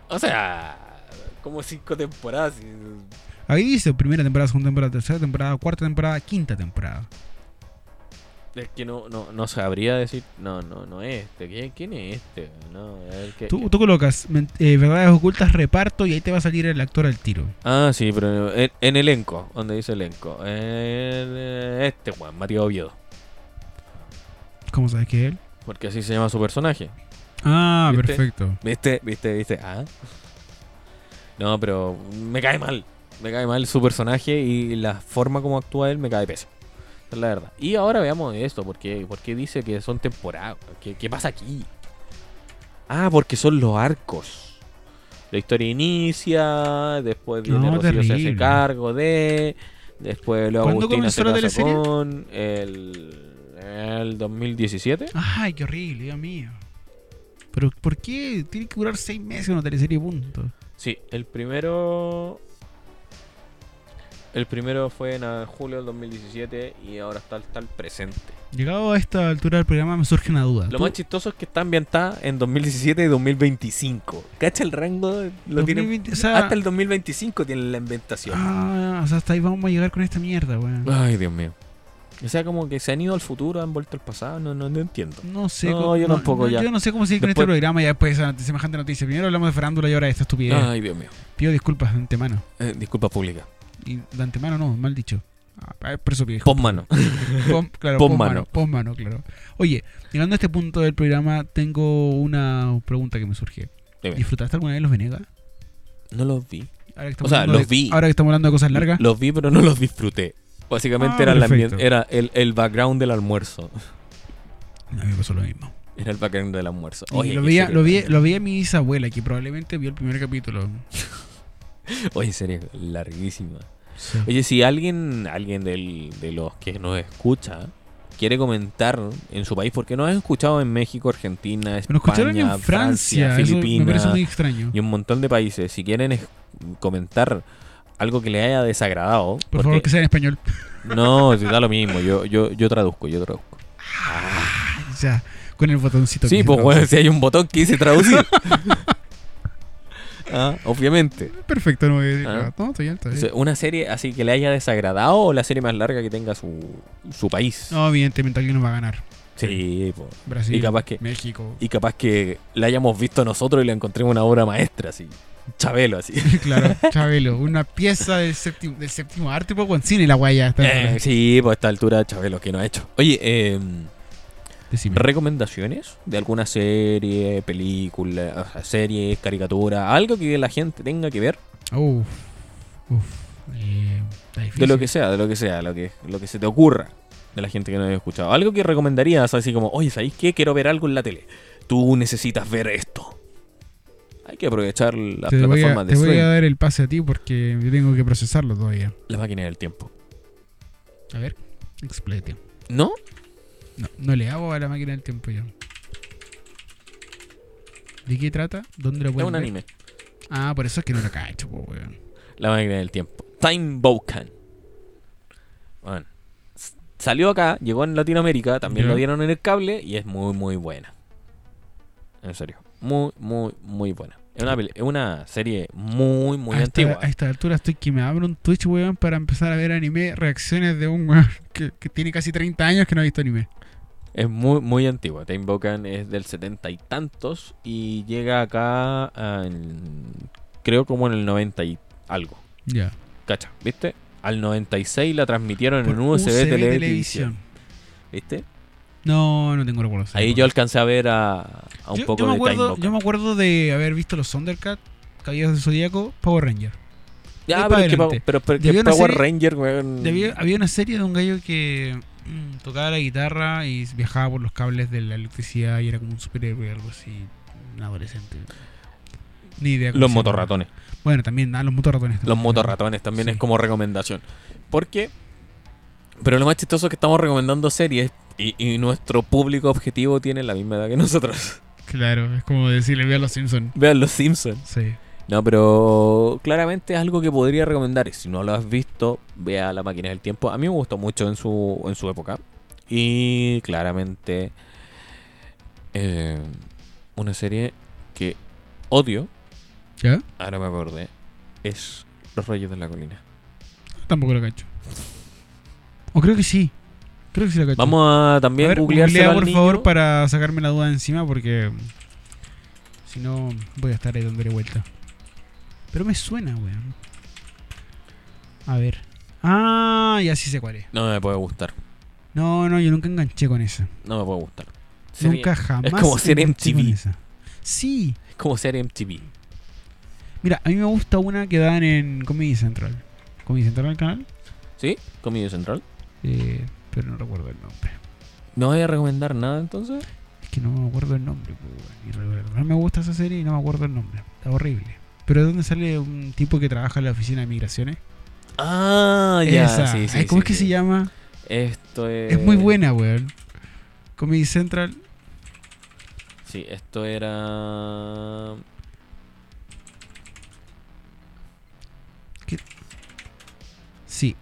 O sea, como cinco temporadas. y- Ahí dice primera temporada, segunda temporada, tercera temporada, cuarta temporada, quinta temporada. Es que no, no, no sabría decir, no, no, no es este, ¿quién, quién es este? No, a ver, ¿qué- Tú, qué? tú colocas men- eh, verdades ocultas, reparto y ahí te va a salir el actor al tiro. Ah, sí, pero en, en elenco, donde dice elenco. En, eh, este Juan, Matías Oviedo, ¿Cómo sabes que es él? porque así se llama su personaje. Ah, ¿Viste? perfecto. ¿Viste? ¿Viste? ¿Viste? Ah. No, pero me cae mal. Me cae mal su personaje y la forma como actúa él me cae pésimo. Esa Es la verdad. Y ahora veamos esto, porque porque dice que son temporadas? ¿Qué, qué pasa aquí? Ah, porque son los arcos. La historia inicia, después viene No, Rocío se hace terrible. cargo de, después luego ¿Cuándo Agustina se comenzó la casa teleserie? con el, el 2017. Ay, qué horrible, Dios mío. Pero ¿por qué tiene que durar 6 meses una teleserie punto? Sí, el primero. El primero fue en ah, julio del 2017 y ahora está hasta el presente. Llegado a esta altura del programa me surge una duda. Lo ¿Tú- más chistoso es que está ambientada en 2017 y 2025. ¿Cacha el rango? Lo tienen- 2020, o sea- hasta el 2025 tienen la inventación. Ah, o sea, hasta ahí vamos a llegar con esta mierda, weón. Ay, Dios mío. O sea, como que se han ido al futuro, han vuelto al pasado, no, no, no entiendo. No sé. No, cómo- yo tampoco ya. Yo no sé cómo seguir con este Después- programa ya después de esa semejante noticia. Primero hablamos de farándula y ahora de esta estupidez. Ay, Dios mío. Pido disculpas de antemano. Eh, disculpa pública. Y de antemano no, mal dicho. Ah, eh, por eso pido disculpas. Pon mano. Pon- claro, pon pon mano. mano. Pon mano, claro. Oye, llegando a este punto del programa, tengo una pregunta que me surgió. Dime. ¿Disfrutaste alguna vez los Venegas? No los vi. Ahora que estamos O sea, hablando los de- vi. Ahora que estamos hablando de cosas largas. Los vi, pero no los disfruté. Básicamente Ah, era, el, perfecto. ambien- era el- el background del almuerzo. A mí me pasó lo mismo. Era el background del almuerzo. Y Oye, lo, qué veía, serio. lo, veía, lo veía mi bisabuela, que probablemente vio el primer capítulo. Oye, serie larguísima. Oye, si alguien, alguien del- de los que nos escucha quiere comentar en su país, porque nos han escuchado en México, Argentina, Me lo España, escucharon en Francia. Francia, eso me Filipinas parece muy extraño. y un montón de países. Si quieren es- comentar algo que les haya desagradado, Por favor, que sea en español. no, si da lo mismo. Yo, yo, yo traduzco, yo traduzco. Ya, con el botoncito. Sí, que pues se bueno, si hay un botón que dice traducir. Ah, obviamente. traduce. Perfecto, no voy a decir Ah. nada. No, estoy bien, está bien. Entonces, Una serie así que le haya desagradado o la serie más larga que tenga su, su país. No, evidentemente alguien nos va a ganar. Sí, po. Brasil, Y capaz que- México. Y capaz que la hayamos visto nosotros y la encontremos una obra maestra, así. Chabelo, así. claro, Chabelo. Una pieza del séptimo, del séptimo arte, pues en cine la guaya. está Eh, bien. sí, pues a esta altura Chabelo, que no ha hecho? Oye, eh, Decime. ¿recomendaciones de alguna serie, película, o sea, serie, caricatura? Algo que la gente tenga que ver. Uf, uf. eh, está difícil. De lo que sea, de lo que sea, lo que, lo que se te ocurra de la gente que no haya escuchado. Algo que recomendarías, así como, oye, ¿sabéis qué? Quiero ver algo en la tele. Tú necesitas ver esto. Hay que aprovechar las te voy, a, plataformas de te voy a streaming. dar el pase a ti porque yo tengo que procesarlo todavía. La máquina del tiempo. A ver, explícate. ¿No? No, no le hago a la máquina del tiempo yo. ¿De qué trata? ¿Dónde lo Es puedo un anime. Ah, por eso es que no lo cacho, po, weón. La máquina del tiempo. Time Bokan. Bueno, s- salió acá, llegó en Latinoamérica, también Ya. lo dieron en el cable y es muy, muy buena. En serio. Muy, muy, muy buena. Es una, peli- es una serie muy, muy a, antigua. esta, a esta altura estoy que me abro un Twitch, weón, para empezar a ver anime, reacciones de un weón que, que tiene casi 30 años que no ha visto anime. Es muy, muy antigua. Te invocan es del setenta y tantos y llega acá, ah, en- creo como en el 90 y algo. Ya. Cacha, ¿viste? Al 96 la transmitieron en un USB, televisión. ¿Viste? No, no tengo recuerdos. Ahí yo alcancé a ver a, a un Yo- poco yo me de Time acuerdo, Boca. Yo me acuerdo de haber visto los Thundercats, Caballeros del Zodíaco, Power Ranger. Ya, ahí pero, pa' es que, pa- adelante. pero- pero que Debió una Power serie- Ranger, weón. Y Había, había una serie de un gallo que mm, tocaba la guitarra y viajaba por los cables de la electricidad y era como un superhéroe o algo así, un adolescente. Ni idea. cómo Los se llama. motorratones. Bueno, también, ah, los motorratones. Los también. motorratones también Sí. es como recomendación. Porque. Pero lo más chistoso es que estamos recomendando series y, y nuestro público objetivo tiene la misma edad que nosotros. Claro, es como decirle, ve a los Simpsons. Vean los Simpsons. Sí. No, pero claramente es algo que podría recomendar. Y si no lo has visto, vea La Máquina del Tiempo. A mí me gustó mucho en su, en su época. Y claramente eh, una serie que odio, ¿Ya? ahora me acordé, es Los Reyes de la Colina. Tampoco lo cacho. O creo que sí. Creo que sí lo cacho. Vamos a a también ver, googleárselo googlea, al por niño. favor para sacarme la duda de encima porque mm, si no voy a estar ahí dándole vuelta. Pero me suena, weón. A ver. Ah, ya sí sé cuál es. No me puede gustar. No, no, yo nunca enganché con esa. No me puede gustar. Serie- Nunca jamás. como serie enganché con MTV. esa. Sí. Es como serie MTV. Mira, a mí me gusta una que dan en Comedy Central. Comedy Central el canal. ¿Sí? Comedia Central. Eh, pero no recuerdo el nombre. ¿No voy a recomendar nada entonces? Es que no me acuerdo el nombre, po, weón, y la verdad, No me gusta esa serie y no me acuerdo el nombre. Está horrible. Pero ¿de dónde sale un tipo que trabaja en la oficina de migraciones? Ah, ya. Esa. Sí, sí, Ay, ¿Cómo sí, Eh. es que sí. se llama? Esto es. Es muy buena, weón. Comedy Central. Sí, esto era. Sí.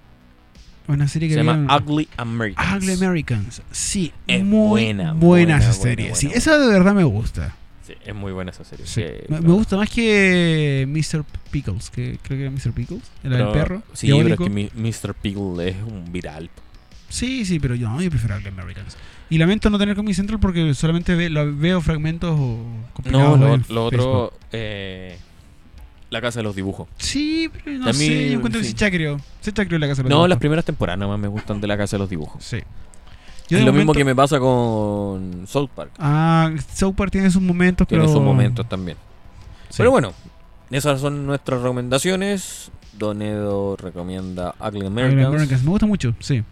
Una serie que Se llama habían- Ugly Americans. Ugly Americans. Sí. Es muy buena, buena. buena, esa buena, serie. buena, sí, buena. esa de verdad me gusta. Sí, es muy buena esa serie. Sí. que- me, me no, gusta más que Mr. Pickles, que creo que era Mr. Pickles, el pero- del perro. Sí, diabólico. pero es que mi- Mr. Pickle es un viral. Sí, sí, pero yo, no, yo prefiero Ugly Americans. Y lamento no tener Comedy Central porque solamente ve- lo- veo fragmentos o No, compilados lo, en lo Facebook. otro. eh, la casa de los dibujos. Sí, pero no A mí, sé, yo encuentro sí. que se chacreó. Se chacreó la casa de los No, las dibujos. primeras temporadas nomás me gustan de la casa de los dibujos. Sí. Yo Es de lo mismo momento- que me pasa con South Park. Ah, South Park tiene sus momentos, Tiene pero... sus momentos también. Sí. Pero bueno, esas son nuestras recomendaciones. Donedo recomienda Ugly Ugly Americans. Americans, Me gusta mucho, sí.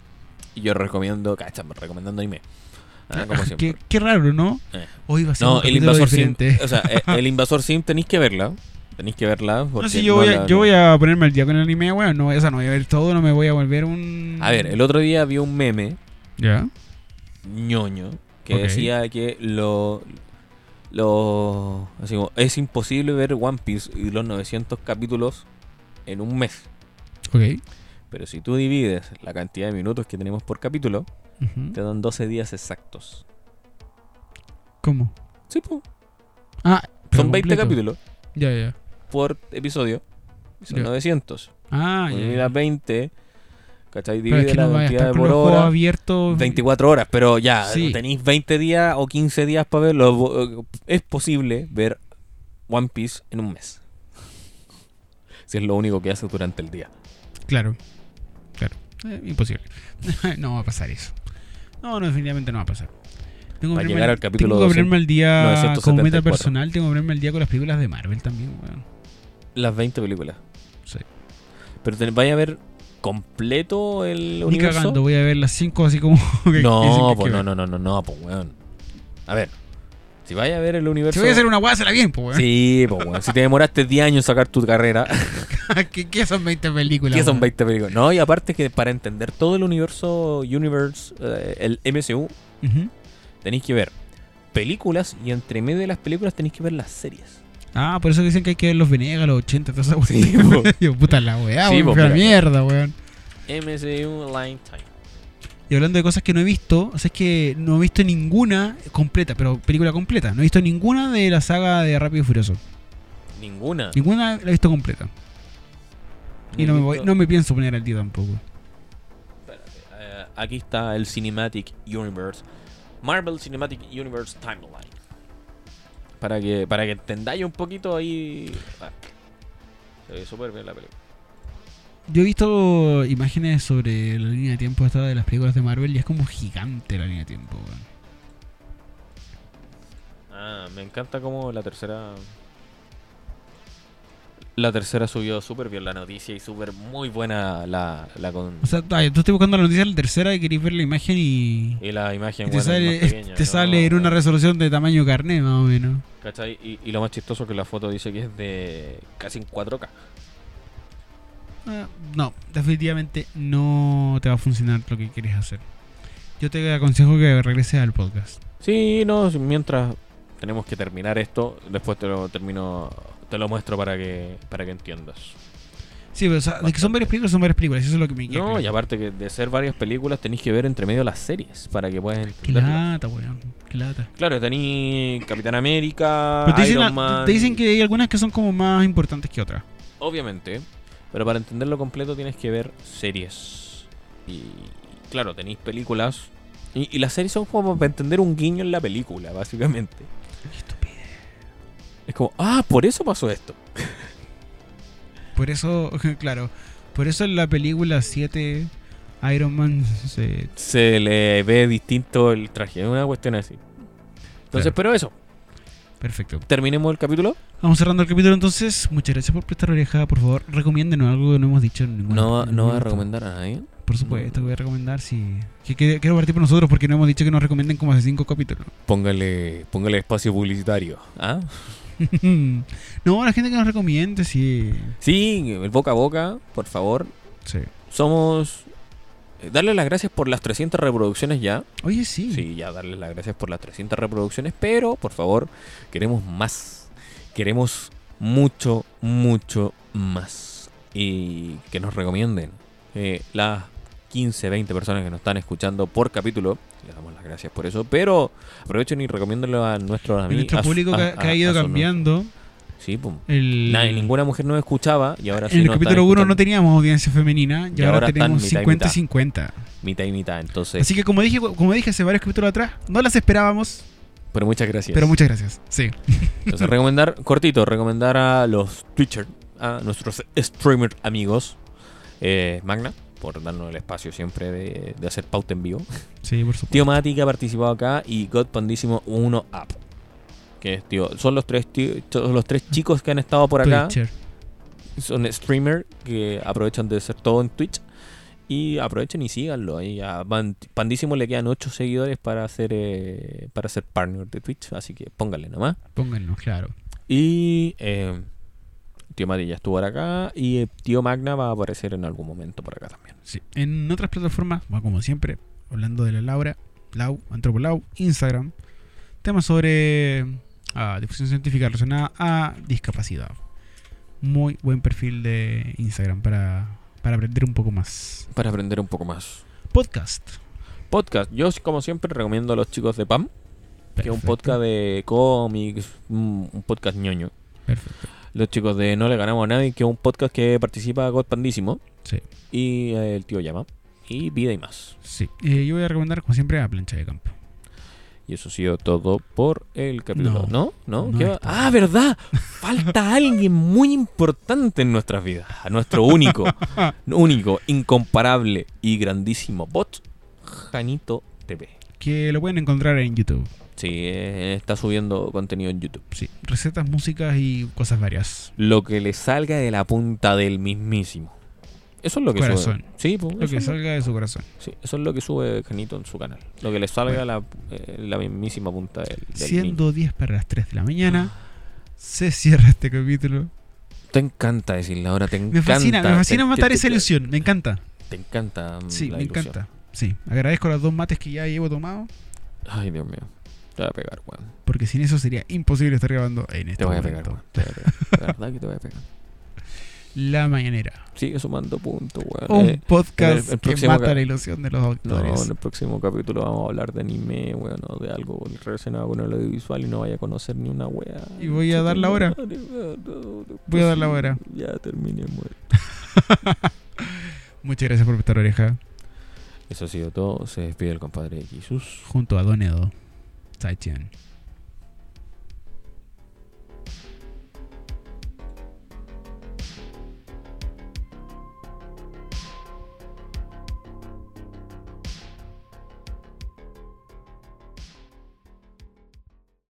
Y yo recomiendo, cacha, me recomendando anime. Ah, como siempre. Qué, qué raro, ¿no? Eh. Hoy va a ser No, un el capítulo invasor sim. diferente. O sea, eh, el invasor sim tenéis que verla. Tenéis que verla. No, porque sí, yo, no voy la- a, yo voy a ponerme al día con el anime, weón. No, esa no voy a ver todo, no me voy a volver un... A ver, el otro día vi un meme ¿Ya? ñoño que Ok. decía que lo. lo así como, es imposible ver One Piece y los 900 capítulos en un mes. Ok. Pero si tú divides la cantidad de minutos que tenemos por capítulo, Ujú. te dan 12 días exactos. ¿Cómo? Sí, po. Ah, pero Son 20 completo. capítulos Ya, ya. por episodio. Son Ya. 900. Ah, ya. Unir ya. las 20, ¿cachai? Pero Divide es que la no vaya a cantidad estar de con por los ojos hora. abiertos. 24 horas, pero ya, Sí. tenéis 20 días o 15 días para verlo. Vo- eh, Es posible ver One Piece en un mes. Si es lo único que haces durante el día. Claro. Claro. Eh, imposible. no va a pasar eso. No, no, definitivamente no va a pasar. Tengo Va a que ponerme llegar al capítulo Tengo que ponerme al día 974. como meta personal. Tengo que ponerme al día con las películas de Marvel también, weón. Las 20 películas. Sí. Pero te, vaya a ver completo el Ni universo. cagando, voy a ver las 5 así como. que- que dicen No, que pues hay que no, ver. no, no, no, no, pues weón. A ver, si vaya a ver el universo. Si voy a hacer una guasa, la bien, pues, weón. Sí, pues weón. Si te demoraste 10 años en sacar tu carrera, ¿Qué, qué son 20 películas? ¿qué son weón? 20 películas? No, y aparte que para entender todo el universo, universe, eh, el MCU, Ujú. tenéis que ver películas y entre medio de las películas tenéis que ver las series. Ah, por eso dicen que hay que ver los Venegas, los 80, toda esa weón. Sí, po. Yo, puta la weá, Sí, weón. po, fue la mira. mierda, weón. MCU Line Time. Y hablando de cosas que no he visto, o sea, es que no he visto ninguna completa, pero película completa. No he visto ninguna de la saga de Rápido y Furioso. Ninguna. Ninguna la he visto completa. Y Ni no me, he voy- visto- no me pienso poner al día tampoco. Eh, aquí está el Cinematic Universe. Marvel Cinematic Universe Timeline. Para que, para que entendáis un poquito ahí. Ah, se ve súper bien la película. Yo he visto imágenes sobre la línea de tiempo esta de las películas de Marvel y es como gigante la línea de tiempo, weón. Ah, me encanta como la tercera. La tercera subió súper bien la noticia y súper muy buena la, la con. O sea, ay, tú estás buscando la noticia de la tercera y querés ver la imagen y. Y la imagen y te buena es más sale, pequeña, te ¿no? sale en una resolución de tamaño carné, más o menos. ¿Cachai? Y, y lo más chistoso que la foto dice que es de casi en 4K. Ah, No, definitivamente no te va a funcionar lo que quieres hacer. Yo te aconsejo que regreses al podcast. Sí, no, si- mientras tenemos que terminar esto, después te lo termino, te lo muestro para que para que entiendas. Sí, pero o sea, de que son varias películas, son varias películas. Eso es lo que me queda. No, claro. y aparte que de ser varias películas tenéis que ver entre medio las series para que puedas Qué entenderlas. lata, weón. Qué lata. Claro, tenéis Capitán América, Pero te dicen, Iron a- Man. te dicen que hay algunas que son como más importantes que otras. Obviamente, pero para entenderlo completo tienes que ver series. Y claro, tenéis películas. Y, y las series son como para entender un guiño en la película, básicamente. Es como, ah, por eso pasó esto. Por eso, claro, por eso en la película 7 Iron Man se... Se le ve distinto el traje. Es una cuestión así. Entonces, Claro. pero eso. Perfecto. Terminemos el capítulo. Vamos cerrando el capítulo entonces. Muchas gracias por prestar oreja. Por favor, recomiéndenos algo que no hemos dicho en ningún No, en no va a ningún momento. recomendar a nadie. Por supuesto, voy a recomendar si... que- que- quiero partir por nosotros porque no hemos dicho que nos recomienden como hace 5 capítulos. Póngale, póngale espacio publicitario. ¿ah? no, la gente que nos recomiende, sí. Sí, el boca a boca, por favor. sí. Somos. eh, Darle las gracias por las 300 reproducciones ya. Oye, sí. Sí, ya darles las gracias por las 300 reproducciones, pero por favor, queremos más. Queremos mucho, mucho más. Y que nos recomienden eh, las 15, 20 personas que nos están escuchando por capítulo. Les damos las gracias por eso, pero aprovechen y recomiéndenlo a nuestros Y amigos. nuestro a su- público a- que, ha- que a- ha ido a su- cambiando. Sí, pum. El... Nadie- ninguna mujer nos escuchaba y ahora sí en el nos están capítulo 1 no escuchando teníamos audiencia femenina y, Y ahora, ahora están tenemos mitad y 50 y mitad. 50. mitad y mitad. Entonces, Así que como dije, como dije hace varios capítulos atrás, no las esperábamos, pero muchas gracias. pero muchas gracias. Sí. Entonces, recomendar, cortito, recomendar a los Twitcher, a nuestros streamer amigos, eh, Magna, por darnos el espacio siempre de, de hacer pauta en vivo. Sí, por supuesto. Tío Mati, que ha participado acá, y God Pandísimo 1 Up. Que es, tío, son los tres tío- son los tres chicos que han estado por acá. Twitcher. Son streamer que aprovechan de hacer todo en Twitch. Y aprovechen y síganlo. ahí a Pan- Pandísimo le quedan 8 seguidores para hacer eh, para ser partner de Twitch. Así que pónganle nomás. Pónganos, claro. Y eh, tío Mati ya estuvo por acá. Y eh, tío Magna va a aparecer en algún momento por acá también. Sí. En otras plataformas, bueno, como siempre, hablando de la Laura, Lau, Antropolau, Instagram, temas sobre ah, difusión científica relacionada a discapacidad. Muy buen perfil de Instagram para, para aprender un poco más. Para aprender un poco más. Podcast. Podcast. Yo, como siempre, recomiendo a los chicos de PAM. Que es un Perfecto. podcast de cómics. Un, un podcast ñoño. Perfecto. Los chicos de No le ganamos a nadie. Que es un podcast que participa God Pandísimo. Sí. Y eh, el tío llama. Y vida y más. Sí. Eh, yo voy a recomendar, como siempre, a Plancha de Campo. Y eso ha sido todo por el capítulo. ¿No? ¿No? No ¿Qué va? está. Ah, ¿verdad? Falta alguien muy importante en nuestras vidas. A nuestro único, único, incomparable y grandísimo bot, Janito TV. Que lo pueden encontrar en YouTube. Sí, eh, está subiendo contenido en YouTube. Sí, recetas, músicas y cosas varias. Lo que le salga de la punta del mismísimo. Eso es lo que Corazón. sube. Sí, pues, Lo eso, que es lo- salga de su corazón. sí, eso es lo que sube Janito en su canal. Lo que le salga de la, eh, la mismísima punta del, del Ah. mismo. Siendo 10 para las 3 de la mañana, se cierra este capítulo. Te encanta decirla ahora, te encanta. Me fascina, me fascina Te- matar te- esa te- ilusión. Me encanta. Te encanta. mm, Sí, la me ilusión. encanta. Sí, agradezco los dos mates que ya llevo tomado, Ay, Dios mío. Te voy a pegar, weón. porque sin eso sería imposible estar grabando en este Te voy a momento. pegar, weón. Te voy a pegar. De verdad que te voy a pegar. La Mañanera. Sigue sumando puntos, weón. Un Eh, podcast el- el que próximo mata ca- la ilusión de los no, autores. en el próximo capítulo vamos a hablar de anime, weón, o de algo relacionado con el audiovisual y no vaya a conocer ni una wea. Y voy a dar la hora. Madre, weón, no, no es Voy a dar la posible. hora. Ya terminemos. Muchas gracias por prestar oreja Eso ha sido todo. Se despide el compadre Jesús. junto a Don Edo. Saichian.